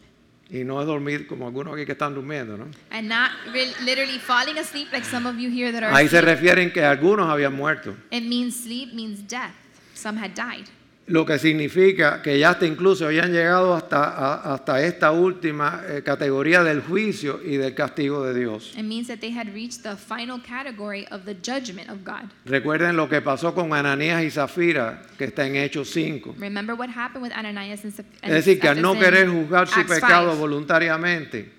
Speaker 3: Y no es dormir como algunos aquí que están durmiendo, ¿no?
Speaker 4: And not re- literally falling asleep like some of you here that are.
Speaker 3: Ahí se
Speaker 4: asleep.
Speaker 3: refieren que algunos habían muerto,
Speaker 4: It means sleep means death. Some had died.
Speaker 3: lo que significa que ya hasta incluso habían llegado hasta, a- hasta esta última eh, categoría del juicio y del castigo de Dios.
Speaker 4: It means that they had reached the final category of the judgment of God.
Speaker 3: Recuerden lo que pasó con Ananías y Zafira, que está en Hechos 5.
Speaker 4: Remember what happened with Ananias and Sapphira.
Speaker 3: Es decir, que al no querer juzgar su pecado voluntariamente,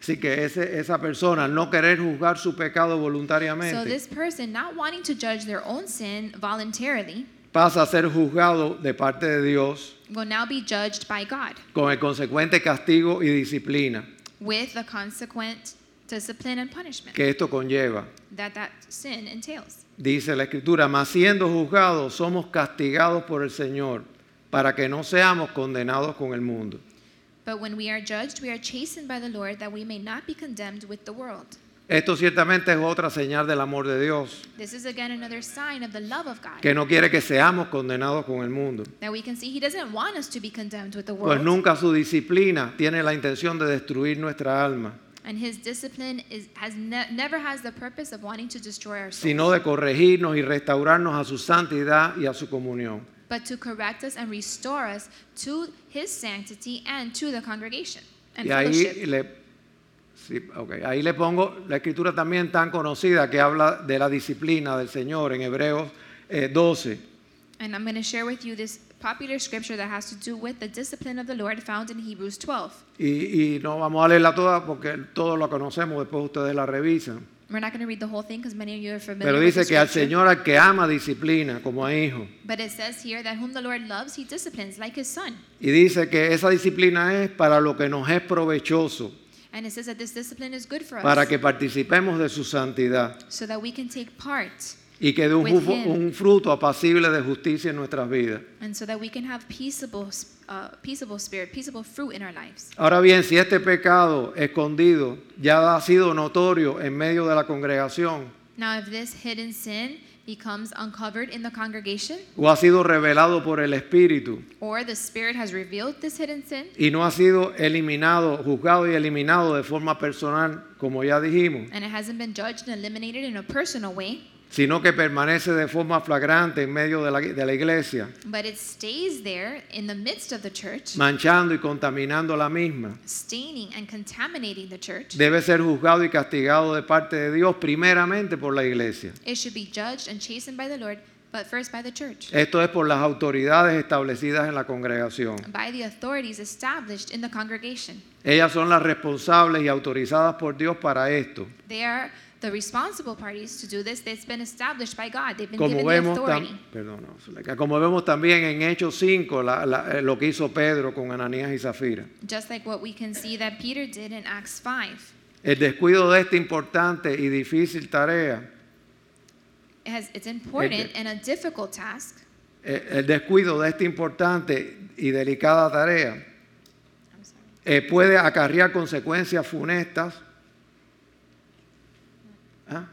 Speaker 3: así que ese- esa persona al no querer juzgar su pecado
Speaker 4: So
Speaker 3: voluntariamente
Speaker 4: this person, not wanting to judge their own sin voluntarily,
Speaker 3: pasa a ser juzgado de parte de Dios
Speaker 4: will now be judged by God
Speaker 3: con el consecuente castigo y disciplina
Speaker 4: with the consequent discipline and punishment
Speaker 3: que esto conlleva.
Speaker 4: that that sin entails.
Speaker 3: Dice la Escritura, mas siendo juzgados somos castigados por el Señor para que no seamos condenados con el mundo.
Speaker 4: But when we are judged, we are chastened by the Lord that we may not be condemned with the world.
Speaker 3: Esto ciertamente es otra señal del amor de Dios,
Speaker 4: This is again another sign of the love of God
Speaker 3: que no quiere que seamos condenados con el mundo.
Speaker 4: that we can see He doesn't want us to be condemned with the
Speaker 3: Pues
Speaker 4: world.
Speaker 3: nunca su disciplina tiene la intención de destruir nuestra alma,
Speaker 4: And His discipline is, has ne- never has the purpose of wanting to destroy our soul,
Speaker 3: sino de corregirnos y restaurarnos a su santidad y a su comunión.
Speaker 4: but to correct us and restore us to His sanctity and to the congregation and
Speaker 3: Y ahí
Speaker 4: fellowship.
Speaker 3: le, sí, ok, ahí le pongo la escritura también tan conocida que habla de la disciplina del Señor en Hebreos eh, 12.
Speaker 4: And I'm going to share with you this popular scripture that has to do with the discipline of the Lord found in Hebrews 12.
Speaker 3: Y, y no vamos a leerla toda porque todos la conocemos, después ustedes la revisan.
Speaker 4: We're not going to read the whole thing because many of you are familiar
Speaker 3: Pero
Speaker 4: with the
Speaker 3: dice que al
Speaker 4: scripture.
Speaker 3: Señor al que ama disciplina como a hijo.
Speaker 4: But it says here that whom the Lord loves, he disciplines like his son.
Speaker 3: Y dice que esa disciplina es para lo que nos es provechoso,
Speaker 4: And it says that this discipline is good for us
Speaker 3: para que participemos de su santidad
Speaker 4: so that we can take part
Speaker 3: y que dé un,
Speaker 4: With
Speaker 3: jufo-
Speaker 4: him.
Speaker 3: un fruto apacible de justicia en nuestras vidas.
Speaker 4: and so that we can have peaceable, s- uh, peaceable spirit, peaceable fruit in our lives.
Speaker 3: Ahora bien, si este pecado escondido ya ha sido notorio en medio de la congregación
Speaker 4: Now, if this hidden sin becomes uncovered in the congregation,
Speaker 3: o ha sido revelado por el Espíritu
Speaker 4: or the Spirit has revealed this hidden sin
Speaker 3: y no ha sido eliminado, juzgado y eliminado de forma personal, como ya dijimos,
Speaker 4: and it hasn't been judged and eliminated in a personal way,
Speaker 3: sino que permanece de forma flagrante en medio de la, de la iglesia,
Speaker 4: but it stays there in the midst of the church,
Speaker 3: manchando y contaminando la misma,
Speaker 4: staining and contaminating the church,
Speaker 3: debe ser juzgado y castigado de parte de Dios primeramente por la iglesia.
Speaker 4: it should be judged and chastened by the Lord, but first by the church.
Speaker 3: Esto es por las autoridades establecidas en la congregación.
Speaker 4: by the authorities established in the congregation.
Speaker 3: Ellas son las responsables y autorizadas por Dios para esto.
Speaker 4: They are the responsible parties to do this. It's been established by God. They've been
Speaker 3: Como
Speaker 4: given the
Speaker 3: vemos, tam-
Speaker 4: authority.
Speaker 3: perdón, no, Zuleika. como vemos también en Hechos 5, la- la- eh, lo que hizo Pedro con Ananías y Zafira.
Speaker 4: Just like what we can see that Peter did in Acts 5.
Speaker 3: El descuido de esta importante y difícil tarea,
Speaker 4: It has, it's important and a difficult task.
Speaker 3: eh, el descuido de esta importante y delicada tarea,
Speaker 4: I'm sorry.
Speaker 3: eh, puede acarrear consecuencias funestas. ¿Ah?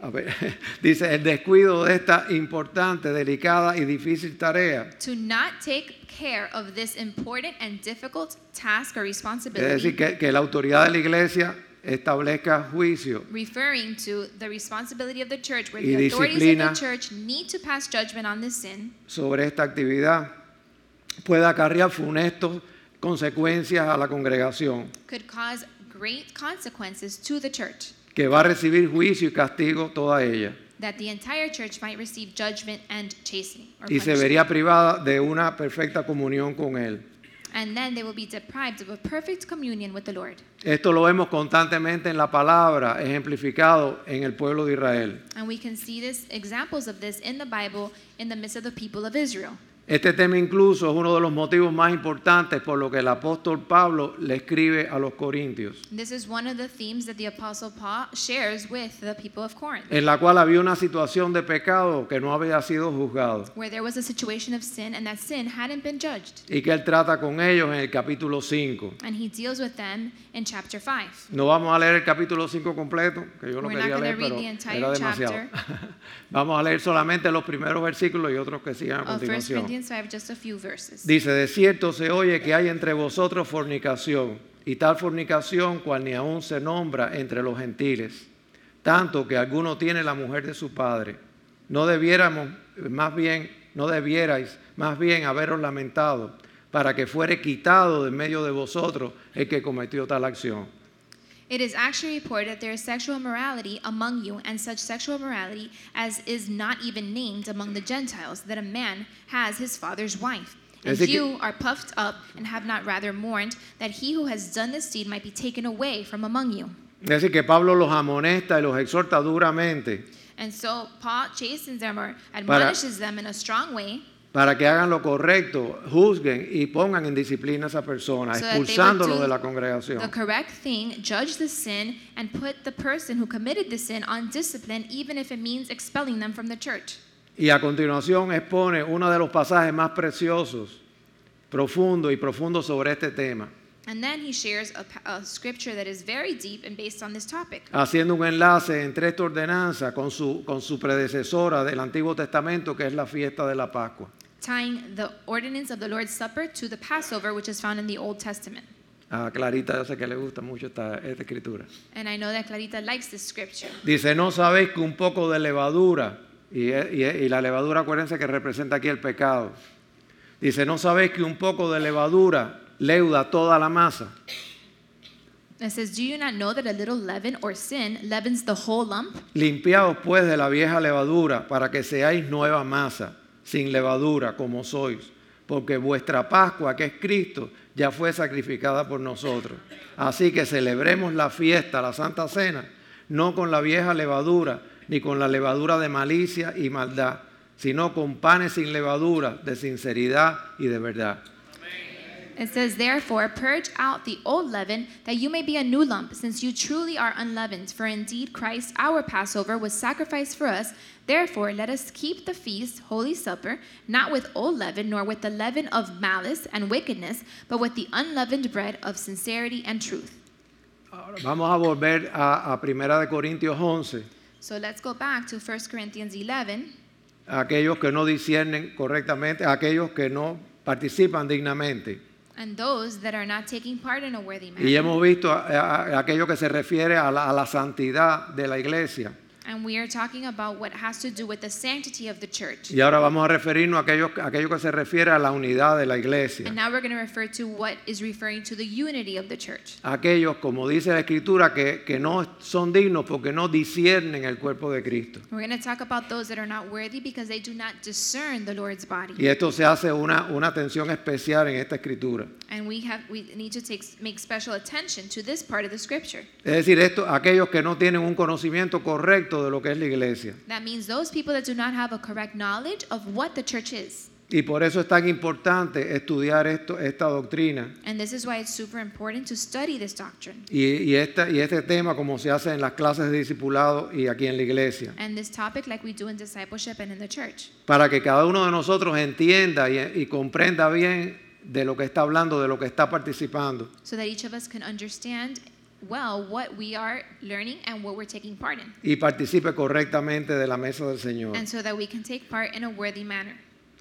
Speaker 3: A ver, (laughs) dice, el descuido de esta importante, delicada y difícil tarea
Speaker 4: To not take care of this important and difficult task or
Speaker 3: Es
Speaker 4: responsibility,
Speaker 3: decir, que, que la autoridad de la iglesia establezca juicio
Speaker 4: referring to the responsibility of the church, where
Speaker 3: Y
Speaker 4: the authorities of the
Speaker 3: disciplina.
Speaker 4: church need to pass judgment on this sin.
Speaker 3: sobre esta actividad, puede acarrear funestos consecuencias a la congregación,
Speaker 4: could cause great consequences to the church,
Speaker 3: que va a recibir juicio y castigo toda ella,
Speaker 4: that the entire church might receive judgment and chastening. Or
Speaker 3: y se
Speaker 4: punishment.
Speaker 3: vería privada de una perfecta comunión con Él.
Speaker 4: and then they will be deprived of a perfect communion with the Lord.
Speaker 3: Esto lo vemos constantemente en la palabra, ejemplificado en el pueblo de Israel.
Speaker 4: And we can see this examples of this in the Bible in the midst of the people of Israel.
Speaker 3: Este tema incluso es uno de los motivos más importantes por lo que el apóstol Pablo le escribe a los corintios.
Speaker 4: This is one of the themes that the Apostle Paul shares with the people of Corinth,
Speaker 3: en la cual había una situación de pecado que no había sido juzgado
Speaker 4: where there was a situation of sin and that sin hadn't been judged.
Speaker 3: y que él trata con ellos en el capítulo 5.
Speaker 4: And he deals with them in chapter 5.
Speaker 3: No vamos a leer el capítulo 5 completo, que yo lo
Speaker 4: We're not
Speaker 3: quería
Speaker 4: gonna
Speaker 3: leer,
Speaker 4: read
Speaker 3: pero
Speaker 4: the entire
Speaker 3: era demasiado. (laughs) vamos a leer solamente los primeros versículos y otros que sigan a
Speaker 4: Of 1
Speaker 3: continuación.
Speaker 4: Corinthians 5, just a few verses.
Speaker 3: Dice, de cierto se oye que hay entre vosotros fornicación, y tal fornicación cual ni aún se nombra entre los gentiles, tanto que alguno tiene la mujer de su padre. No debiéramos, más bien, no debierais más bien haberos lamentado para que fuere quitado de en medio de vosotros el que cometió tal acción.
Speaker 4: It is actually reported that there is sexual immorality among you, and such sexual immorality as is not even named among the Gentiles, that a man has his father's wife. And
Speaker 3: Es decir que-
Speaker 4: you are puffed up and have not rather mourned that he who has done this deed might be taken away from among you.
Speaker 3: Es decir, que Pablo los amonesta y los exhorta duramente
Speaker 4: And so Paul chastens them or
Speaker 3: Para-
Speaker 4: admonishes them in a strong way
Speaker 3: para que hagan lo correcto, juzguen y pongan en disciplina a esa persona,
Speaker 4: So that they would
Speaker 3: expulsándolo
Speaker 4: do
Speaker 3: de la congregación.
Speaker 4: the correct thing, judge the sin, and put the person who committed the sin on discipline, even if it means expelling them from the church.
Speaker 3: Y a continuación expone uno de los pasajes más preciosos, profundo y profundo sobre este tema.
Speaker 4: And then he shares a, pa- a scripture that is very deep and based on this topic,
Speaker 3: haciendo un enlace entre esta ordenanza con su, con su predecesora del Antiguo Testamento, que es la fiesta de la Pascua.
Speaker 4: tying the ordinance of the Lord's Supper to the Passover, which is found in the Old Testament.
Speaker 3: A Clarita yo sé que le gusta mucho esta, esta escritura.
Speaker 4: And I know that Clarita likes this scripture.
Speaker 3: Dice, no sabéis que un poco de levadura, y, y- y la levadura acuérdense que representa aquí el pecado. Dice, no sabéis que un poco de levadura leuda toda la masa.
Speaker 4: It says, Do you not know that a little leaven or sin leavens the whole lump?
Speaker 3: Limpiaos pues de la vieja levadura para que seáis nueva masa, sin levadura como sois, porque vuestra Pascua, que es Cristo, ya fue sacrificada por nosotros. Así que celebremos la fiesta, la Santa Cena, no con la vieja levadura, ni con la levadura de malicia y maldad, sino con panes sin levadura, de sinceridad y de verdad.
Speaker 4: It says, Therefore, purge out the old leaven, that you may be a new lump, since you truly are unleavened. For indeed, Christ, our Passover, was sacrificed for us. Therefore, let us keep the feast, Holy Supper, not with old leaven, nor with the leaven of malice and wickedness, but with the unleavened bread of sincerity and truth.
Speaker 3: Ahora vamos a volver a, a Primera de Corintios 11,
Speaker 4: So let's go back to 1 Corinthians 11.
Speaker 3: aquellos que no disciernen correctamente, aquellos que no participan dignamente.
Speaker 4: And those that are not taking part in a worthy
Speaker 3: Y
Speaker 4: manner.
Speaker 3: hemos visto a- a- a aquello que se refiere a la, a la santidad de la iglesia.
Speaker 4: And we are talking about what has to do with the sanctity of the church.
Speaker 3: Y ahora vamos a referirnos a aquello, a aquello que se refiere a la unidad de la iglesia.
Speaker 4: And now we're going to refer to what is referring to the unity of the church.
Speaker 3: Aquellos, como dice la Escritura, que, que no son dignos porque no disciernen el cuerpo de Cristo.
Speaker 4: We're going to talk about those that are not worthy because they do not discern the Lord's
Speaker 3: Y
Speaker 4: body.
Speaker 3: esto se hace una, una atención especial en esta Escritura.
Speaker 4: And we have we need to take make special attention to this part of the scripture.
Speaker 3: Es decir, esto, aquellos que no tienen un conocimiento correcto de lo que es la iglesia.
Speaker 4: That means those people that do not have a correct knowledge of what the church is.
Speaker 3: Y por eso es tan importante estudiar esto, esta doctrina
Speaker 4: And this is why it's super important to study this doctrine.
Speaker 3: Y, y esta- y este tema como se hace en las clases de discipulado y aquí en la iglesia,
Speaker 4: And this topic like we do in discipleship and in the church.
Speaker 3: para que cada uno de nosotros entienda y, y comprenda bien de lo que está hablando, de lo que está participando.
Speaker 4: so that each of us can understand well what we are learning and what we're taking part in,
Speaker 3: Y participe correctamente de la mesa del Señor.
Speaker 4: and so that we can take part in a worthy manner.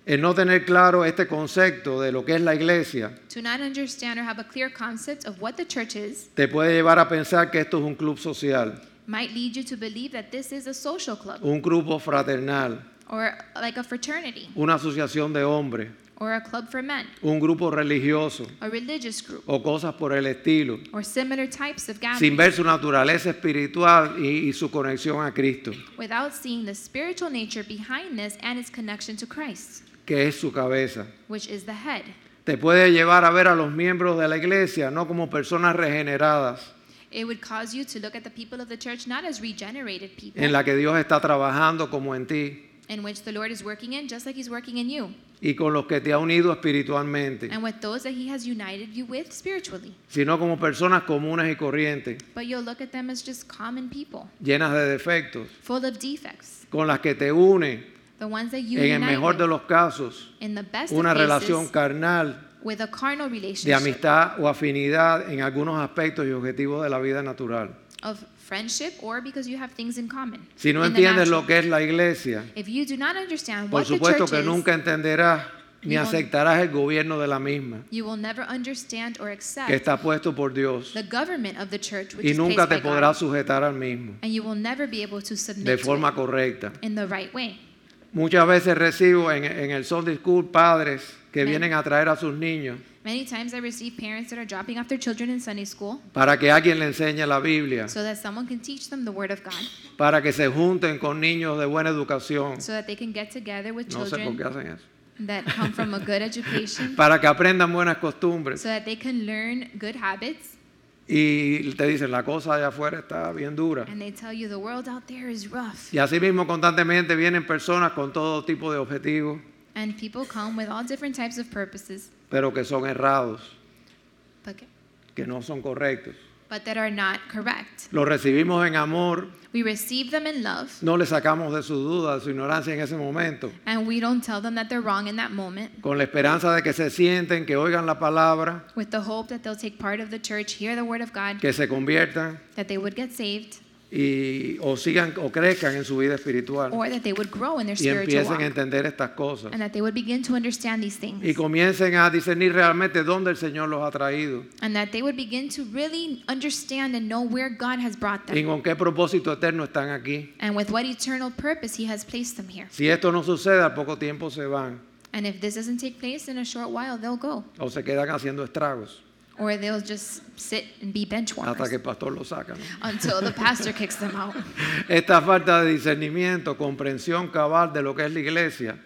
Speaker 3: El no tener claro este concepto de lo que es la iglesia
Speaker 4: To not understand or have a clear concept of what the church is
Speaker 3: te puede llevar a pensar que esto es un club social,
Speaker 4: might lead you to believe that this is a social club
Speaker 3: un grupo fraternal,
Speaker 4: or like a fraternity
Speaker 3: una asociación de hombres,
Speaker 4: or a club for men,
Speaker 3: un grupo religioso
Speaker 4: a religious group,
Speaker 3: o cosas por el estilo.
Speaker 4: or similar types of
Speaker 3: sin
Speaker 4: gatherings
Speaker 3: ver su naturaleza espiritual y, y su conexión a Cristo,
Speaker 4: without seeing the spiritual nature behind this and its connection to Christ,
Speaker 3: que es su cabeza.
Speaker 4: which is the head.
Speaker 3: Te puede llevar a ver a los miembros de la iglesia no como personas regeneradas
Speaker 4: It would cause you to look at the people of the church not as regenerated people.
Speaker 3: en la que Dios está trabajando como en ti
Speaker 4: in which the Lord is working in, just like He's working in you,
Speaker 3: y con los que te ha unido espiritualmente,
Speaker 4: and with those that He has united you with spiritually.
Speaker 3: sino como personas comunes y corrientes,
Speaker 4: But you'll look at them as just common people,
Speaker 3: llenas de defectos,
Speaker 4: full of defects.
Speaker 3: con las que te une
Speaker 4: The ones that you
Speaker 3: en el
Speaker 4: unite
Speaker 3: mejor de
Speaker 4: with,
Speaker 3: los casos
Speaker 4: in the best
Speaker 3: una
Speaker 4: of cases,
Speaker 3: relación carnal
Speaker 4: with a carnal
Speaker 3: de
Speaker 4: relationship
Speaker 3: amistad o afinidad en algunos aspectos y objetivos de la vida natural.
Speaker 4: of friendship, or because you have things in common.
Speaker 3: Si no
Speaker 4: in the
Speaker 3: entiendes
Speaker 4: natural.
Speaker 3: lo que es la iglesia,
Speaker 4: if you do not understand
Speaker 3: Por
Speaker 4: what the
Speaker 3: supuesto
Speaker 4: church
Speaker 3: que
Speaker 4: is,
Speaker 3: nunca entenderás ni
Speaker 4: you won't-
Speaker 3: aceptarás el gobierno de la misma,
Speaker 4: you will never understand or accept
Speaker 3: que está puesto por Dios,
Speaker 4: the government of the church, which
Speaker 3: y
Speaker 4: is
Speaker 3: nunca
Speaker 4: placed
Speaker 3: te
Speaker 4: by God,
Speaker 3: podrás sujetar al mismo
Speaker 4: and you will never be able to submit
Speaker 3: de
Speaker 4: to
Speaker 3: forma
Speaker 4: it
Speaker 3: correcta.
Speaker 4: in the right way.
Speaker 3: Muchas veces recibo en, en el Sunday School padres que
Speaker 4: Amén.
Speaker 3: vienen a traer a sus niños
Speaker 4: Many times I receive parents that are dropping off their children in Sunday school
Speaker 3: para que alguien le enseñe la Biblia,
Speaker 4: so that someone can teach them the Word of God,
Speaker 3: para que se junten con niños de buena educación.
Speaker 4: so that they can get together with
Speaker 3: No sé por qué hacen
Speaker 4: children
Speaker 3: eso.
Speaker 4: that come from
Speaker 3: (laughs)
Speaker 4: a good education,
Speaker 3: Para que aprendan buenas costumbres.
Speaker 4: so that they can learn good habits.
Speaker 3: Y te dicen, la cosa allá afuera está bien dura.
Speaker 4: And they tell you the world out there is rough.
Speaker 3: Y así mismo constantemente vienen personas con todo tipo de objetivos,
Speaker 4: And people come with all different types of purposes,
Speaker 3: pero que son errados,
Speaker 4: but,
Speaker 3: que no son correctos.
Speaker 4: but that are not correct.
Speaker 3: Los recibimos en amor,
Speaker 4: We receive them in love,
Speaker 3: no le sacamos de sus dudas, de su ignorancia en ese momento,
Speaker 4: and we don't tell them that they're wrong in that moment,
Speaker 3: con la esperanza de que se sienten, que oigan la palabra,
Speaker 4: with the hope that they'll take part of the church, hear the word of God,
Speaker 3: que se conviertan
Speaker 4: that they would get saved,
Speaker 3: y o sigan o crezcan en su vida espiritual
Speaker 4: or that they would grow in their
Speaker 3: y
Speaker 4: spiritual
Speaker 3: empiecen a
Speaker 4: walk,
Speaker 3: entender estas cosas
Speaker 4: and that they would begin to understand these
Speaker 3: y
Speaker 4: things,
Speaker 3: comiencen a discernir realmente dónde el Señor los ha traído
Speaker 4: and that they would begin to really understand and know where God has brought
Speaker 3: y
Speaker 4: them,
Speaker 3: con qué propósito eterno están aquí.
Speaker 4: and with what eternal purpose He has placed them here.
Speaker 3: Si esto no sucede, al poco tiempo se van
Speaker 4: And if this doesn't take place in a short while, they'll go,
Speaker 3: o se quedan haciendo estragos
Speaker 4: or they'll just sit and be bench
Speaker 3: hasta que
Speaker 4: warmers
Speaker 3: el pastor los saca. ¿no?
Speaker 4: until
Speaker 3: (laughs)
Speaker 4: the pastor kicks them out.
Speaker 3: Esta falta de discernimiento, comprensión cabal de lo que es la iglesia,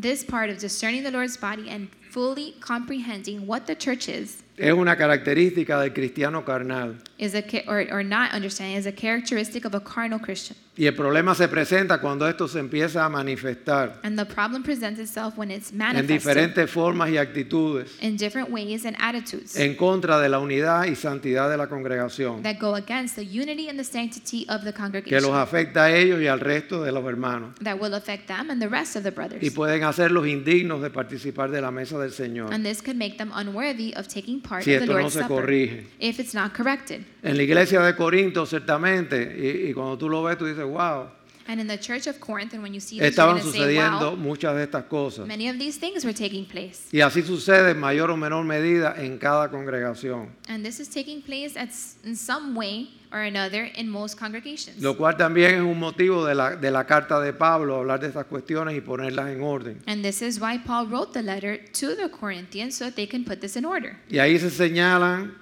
Speaker 4: This part of discerning the Lord's body and fully comprehending what the church is
Speaker 3: es una característica del cristiano carnal.
Speaker 4: is a cha- or, or not understanding is a characteristic of a carnal Christian.
Speaker 3: Y el problema se presenta cuando esto se empieza a manifestar
Speaker 4: And the problem presents itself when it's
Speaker 3: en
Speaker 4: manifested
Speaker 3: diferentes formas y actitudes
Speaker 4: in different ways and attitudes
Speaker 3: en contra de la unidad y santidad de la congregación,
Speaker 4: that go against the unity and the sanctity of
Speaker 3: que
Speaker 4: the
Speaker 3: los
Speaker 4: congregation
Speaker 3: afecta a ellos y al resto de los hermanos,
Speaker 4: that will affect them and the rest of the
Speaker 3: y
Speaker 4: brothers.
Speaker 3: pueden hacerlos indignos de participar de la mesa del Señor
Speaker 4: And this could make them unworthy of taking part
Speaker 3: si
Speaker 4: of the
Speaker 3: esto no
Speaker 4: Lord's
Speaker 3: se
Speaker 4: Supper
Speaker 3: corrige.
Speaker 4: if it's not corrected.
Speaker 3: En la iglesia de Corinto, ciertamente, y, y cuando tú lo ves, tú dices, wow,
Speaker 4: And in the church of Corinth, and when you see this, you're
Speaker 3: estaban
Speaker 4: going to say,
Speaker 3: sucediendo
Speaker 4: wow,
Speaker 3: muchas de estas cosas.
Speaker 4: many of these things were taking place.
Speaker 3: Y así sucede en mayor o menor medida en cada congregación,
Speaker 4: And this is taking place at, s- in some way or another in most congregations.
Speaker 3: lo cual también es un motivo de la, de la carta de Pablo, hablar de estas cuestiones y ponerlas en orden.
Speaker 4: And this is why Paul wrote the letter to the Corinthians so that they can put this in order.
Speaker 3: Y ahí se señalan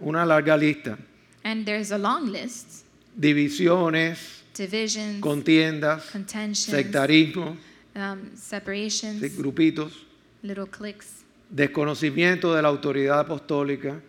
Speaker 3: una larga lista,
Speaker 4: And there's a long list
Speaker 3: divisiones,
Speaker 4: divisions,
Speaker 3: contiendas,
Speaker 4: contentions,
Speaker 3: sectarismo,
Speaker 4: um, separations,
Speaker 3: sí, grupitos,
Speaker 4: little cliques,
Speaker 3: desconocimiento de la autoridad apostólica,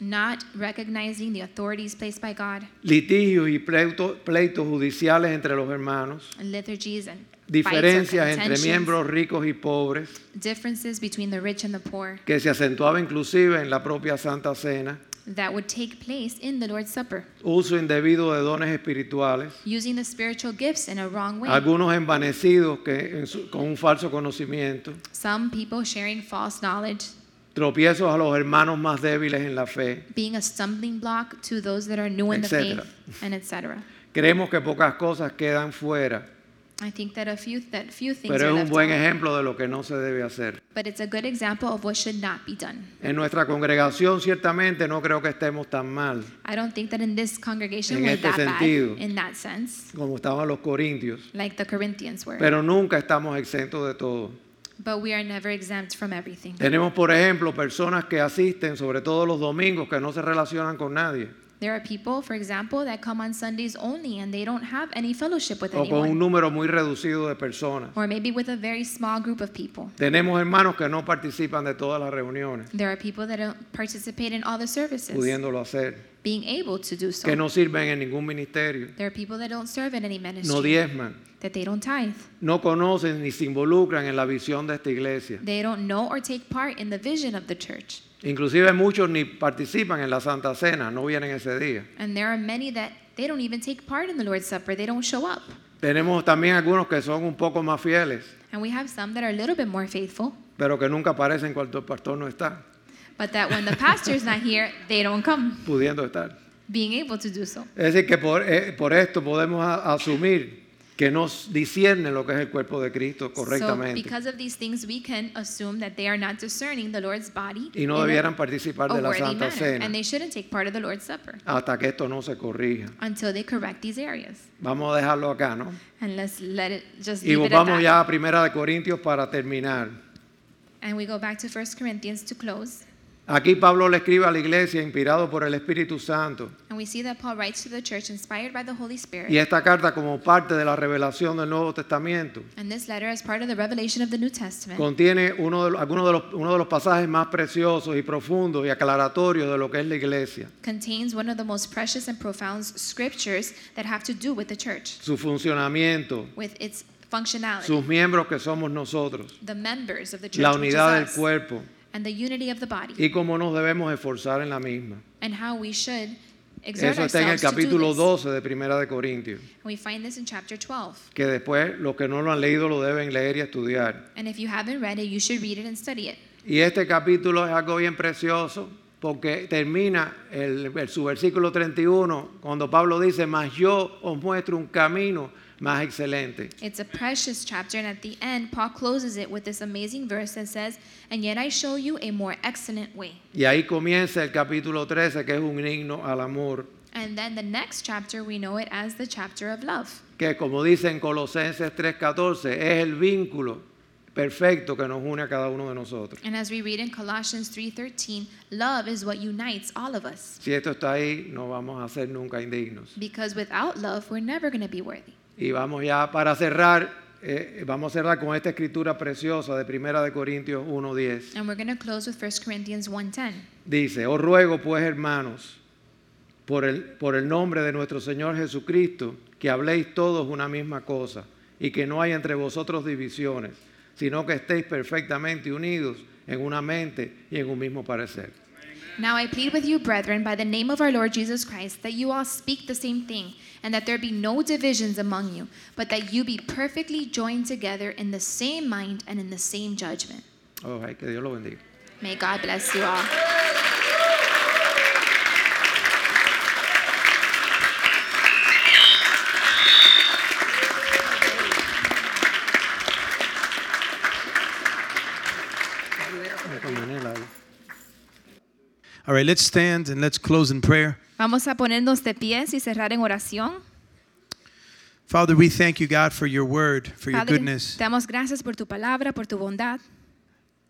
Speaker 4: not recognizing the authorities placed by God,
Speaker 3: litigios y pleito- pleitos judiciales entre los hermanos,
Speaker 4: and liturgies and fights or
Speaker 3: diferencias entre
Speaker 4: contentions,
Speaker 3: miembros ricos y pobres,
Speaker 4: differences between the rich and the poor
Speaker 3: que se acentuaba inclusive en la propia Santa Cena,
Speaker 4: that would take place in the Lord's Supper,
Speaker 3: uso indebido de dones espirituales,
Speaker 4: using the spiritual gifts in a wrong way.
Speaker 3: algunos envanecidos que, en su- con un falso conocimiento,
Speaker 4: Some people sharing false knowledge,
Speaker 3: tropiezos a los hermanos más débiles en la fe.
Speaker 4: being a stumbling block to those that are new in the
Speaker 3: Etcétera.
Speaker 4: faith, and etc.
Speaker 3: Creemos que pocas cosas quedan fuera,
Speaker 4: I think that a few that few things
Speaker 3: pero
Speaker 4: are
Speaker 3: es un
Speaker 4: left
Speaker 3: buen
Speaker 4: out,
Speaker 3: ejemplo de lo que no se debe hacer.
Speaker 4: but it's a good example of what should not be done.
Speaker 3: En nuestra congregación ciertamente no creo que estemos tan mal
Speaker 4: I don't think that in this congregation
Speaker 3: En
Speaker 4: we're
Speaker 3: este
Speaker 4: that
Speaker 3: sentido.
Speaker 4: bad in that sense,
Speaker 3: como estaban los corintios,
Speaker 4: like the Corinthians were.
Speaker 3: pero nunca estamos exentos de todo.
Speaker 4: but we are never exempt from everything.
Speaker 3: Tenemos, por ejemplo, personas que asisten, sobre todo los domingos, que no se relacionan con nadie,
Speaker 4: There are people, for example, that come on Sundays only and they don't have any fellowship with
Speaker 3: o con un
Speaker 4: anyone,
Speaker 3: número muy reducido de personas.
Speaker 4: or maybe with a very small group of people.
Speaker 3: Tenemos hermanos que no participan de todas las reuniones,
Speaker 4: There are people that don't participate in all the services,
Speaker 3: pudiéndolo hacer,
Speaker 4: being able to do so.
Speaker 3: que no sirven en ningún ministerio,
Speaker 4: There are people that don't serve in any ministry,
Speaker 3: no diezman,
Speaker 4: that they don't tithe.
Speaker 3: no conocen ni se involucran en la visión de esta iglesia.
Speaker 4: They don't know or take part in the vision of the church.
Speaker 3: Inclusive muchos ni participan en la Santa Cena, no vienen ese día.
Speaker 4: And there are many that they don't even take part in the Lord's Supper. They don't show up.
Speaker 3: Tenemos también algunos que son un poco más fieles,
Speaker 4: And we have some that are a little bit more faithful,
Speaker 3: pero que nunca aparecen cuando el pastor no está,
Speaker 4: but that when the pastor is not here, they don't come,
Speaker 3: pudiendo estar.
Speaker 4: being able to do so.
Speaker 3: Es decir, que por, eh, por esto podemos a- asumir que nos disciernen lo que es el cuerpo de Cristo
Speaker 4: So,
Speaker 3: correctamente
Speaker 4: because of these things, we can assume that they are not discerning the Lord's body
Speaker 3: y no
Speaker 4: in a-
Speaker 3: debieran
Speaker 4: a
Speaker 3: participar de la
Speaker 4: worthy
Speaker 3: Santa
Speaker 4: manner,
Speaker 3: Cena
Speaker 4: and they shouldn't take part of the Lord's Supper
Speaker 3: hasta que esto no se corrija.
Speaker 4: until they correct these areas.
Speaker 3: Vamos a dejarlo acá, ¿no?
Speaker 4: And let's let it just
Speaker 3: Y
Speaker 4: leave it at
Speaker 3: volvamos
Speaker 4: that.
Speaker 3: ya a Primera de Corintios para terminar.
Speaker 4: And we go back to 1 Corinthians to close.
Speaker 3: Aquí Pablo le escribe a la iglesia inspirado por el Espíritu Santo.
Speaker 4: And we see that Paul writes to the church inspired by the Holy Spirit.
Speaker 3: Y esta carta como parte de la revelación del Nuevo Testamento
Speaker 4: And this letter is part of the revelation of the New Testament.
Speaker 3: contiene uno de, los- algunos de los, uno de los pasajes más preciosos y profundos y aclaratorios de lo que es la iglesia,
Speaker 4: Contains one of the most precious and profound scriptures that have to do with the church,
Speaker 3: su funcionamiento,
Speaker 4: with its functionality,
Speaker 3: sus miembros que somos nosotros,
Speaker 4: the members of the church,
Speaker 3: la
Speaker 4: which is
Speaker 3: unidad del
Speaker 4: us,
Speaker 3: cuerpo
Speaker 4: and the unity of the body,
Speaker 3: y cómo nos debemos esforzar en la misma.
Speaker 4: and how we should Exert
Speaker 3: Eso está en el
Speaker 4: ourselves to do
Speaker 3: capítulo
Speaker 4: this.
Speaker 3: 12 de Primera de Corintios,
Speaker 4: And we find this in chapter 12.
Speaker 3: que después los que no lo han leído lo deben leer y estudiar.
Speaker 4: And if you haven't read it, you should read it and study it.
Speaker 3: Y este capítulo es algo bien precioso porque termina el, el- su versículo 31 cuando Pablo dice, mas yo os muestro un camino más excelente.
Speaker 4: It's a precious chapter, and at the end, Paul closes it with this amazing verse that says, And yet I show you a more excellent way.
Speaker 3: Y ahí comienza el capítulo 13, que es un himno al amor,
Speaker 4: And then the next chapter, we know it as the chapter of love.
Speaker 3: que como dice en Colosenses 3:14, es el vínculo perfecto que nos une a cada uno de nosotros.
Speaker 4: And as we read in Colossians 3:13, love is what unites all of us
Speaker 3: Si esto está ahí, no vamos a ser nunca indignos.
Speaker 4: because without love, we're never going to be worthy.
Speaker 3: Y vamos ya para cerrar, eh, vamos a cerrar con esta escritura preciosa de Primera de Corintios 1:10.
Speaker 4: And we're going to close with 1 Corinthians 1:10.
Speaker 3: Dice, os ruego pues hermanos, por el, por el nombre de nuestro Señor Jesucristo, que habléis todos una misma cosa y que no haya entre vosotros divisiones, sino que estéis perfectamente unidos en una mente y en un mismo parecer.
Speaker 4: Now I plead with you, brethren, by the name of our Lord Jesus Christ, that you all speak the same thing, and that there be no divisions among you, but that you be perfectly joined together in the same mind and in the same judgment.
Speaker 3: Oh, ay, que Dios lo bendiga.
Speaker 4: May God bless you all.
Speaker 5: All right, let's stand and let's close in prayer.
Speaker 4: Vamos a ponernos de pies y cerrar en oración.
Speaker 5: Father, we thank you, God, for your word, for your
Speaker 4: Padre,
Speaker 5: goodness.
Speaker 4: te damos gracias por tu palabra, por tu bondad.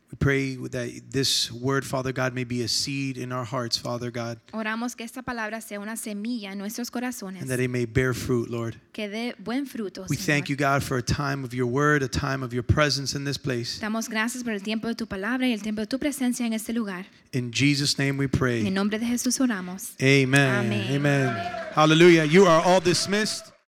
Speaker 5: We pray that this word, Father God, may be a seed in our hearts, Father God,
Speaker 4: Oramos que esta palabra sea una semilla en nuestros corazones,
Speaker 5: and that it may bear fruit, Lord.
Speaker 4: que dé buen fruto.
Speaker 5: We
Speaker 4: Señor.
Speaker 5: thank you, God, for a time of your word, a time of your presence in this place.
Speaker 4: Damos gracias por el tiempo de tu palabra y el tiempo de tu presencia en este lugar.
Speaker 5: In Jesus' name we
Speaker 4: En el
Speaker 5: pray.
Speaker 4: nombre de Jesús oramos.
Speaker 5: Amen.
Speaker 4: Amén.
Speaker 5: Amen. Hallelujah. You are all dismissed.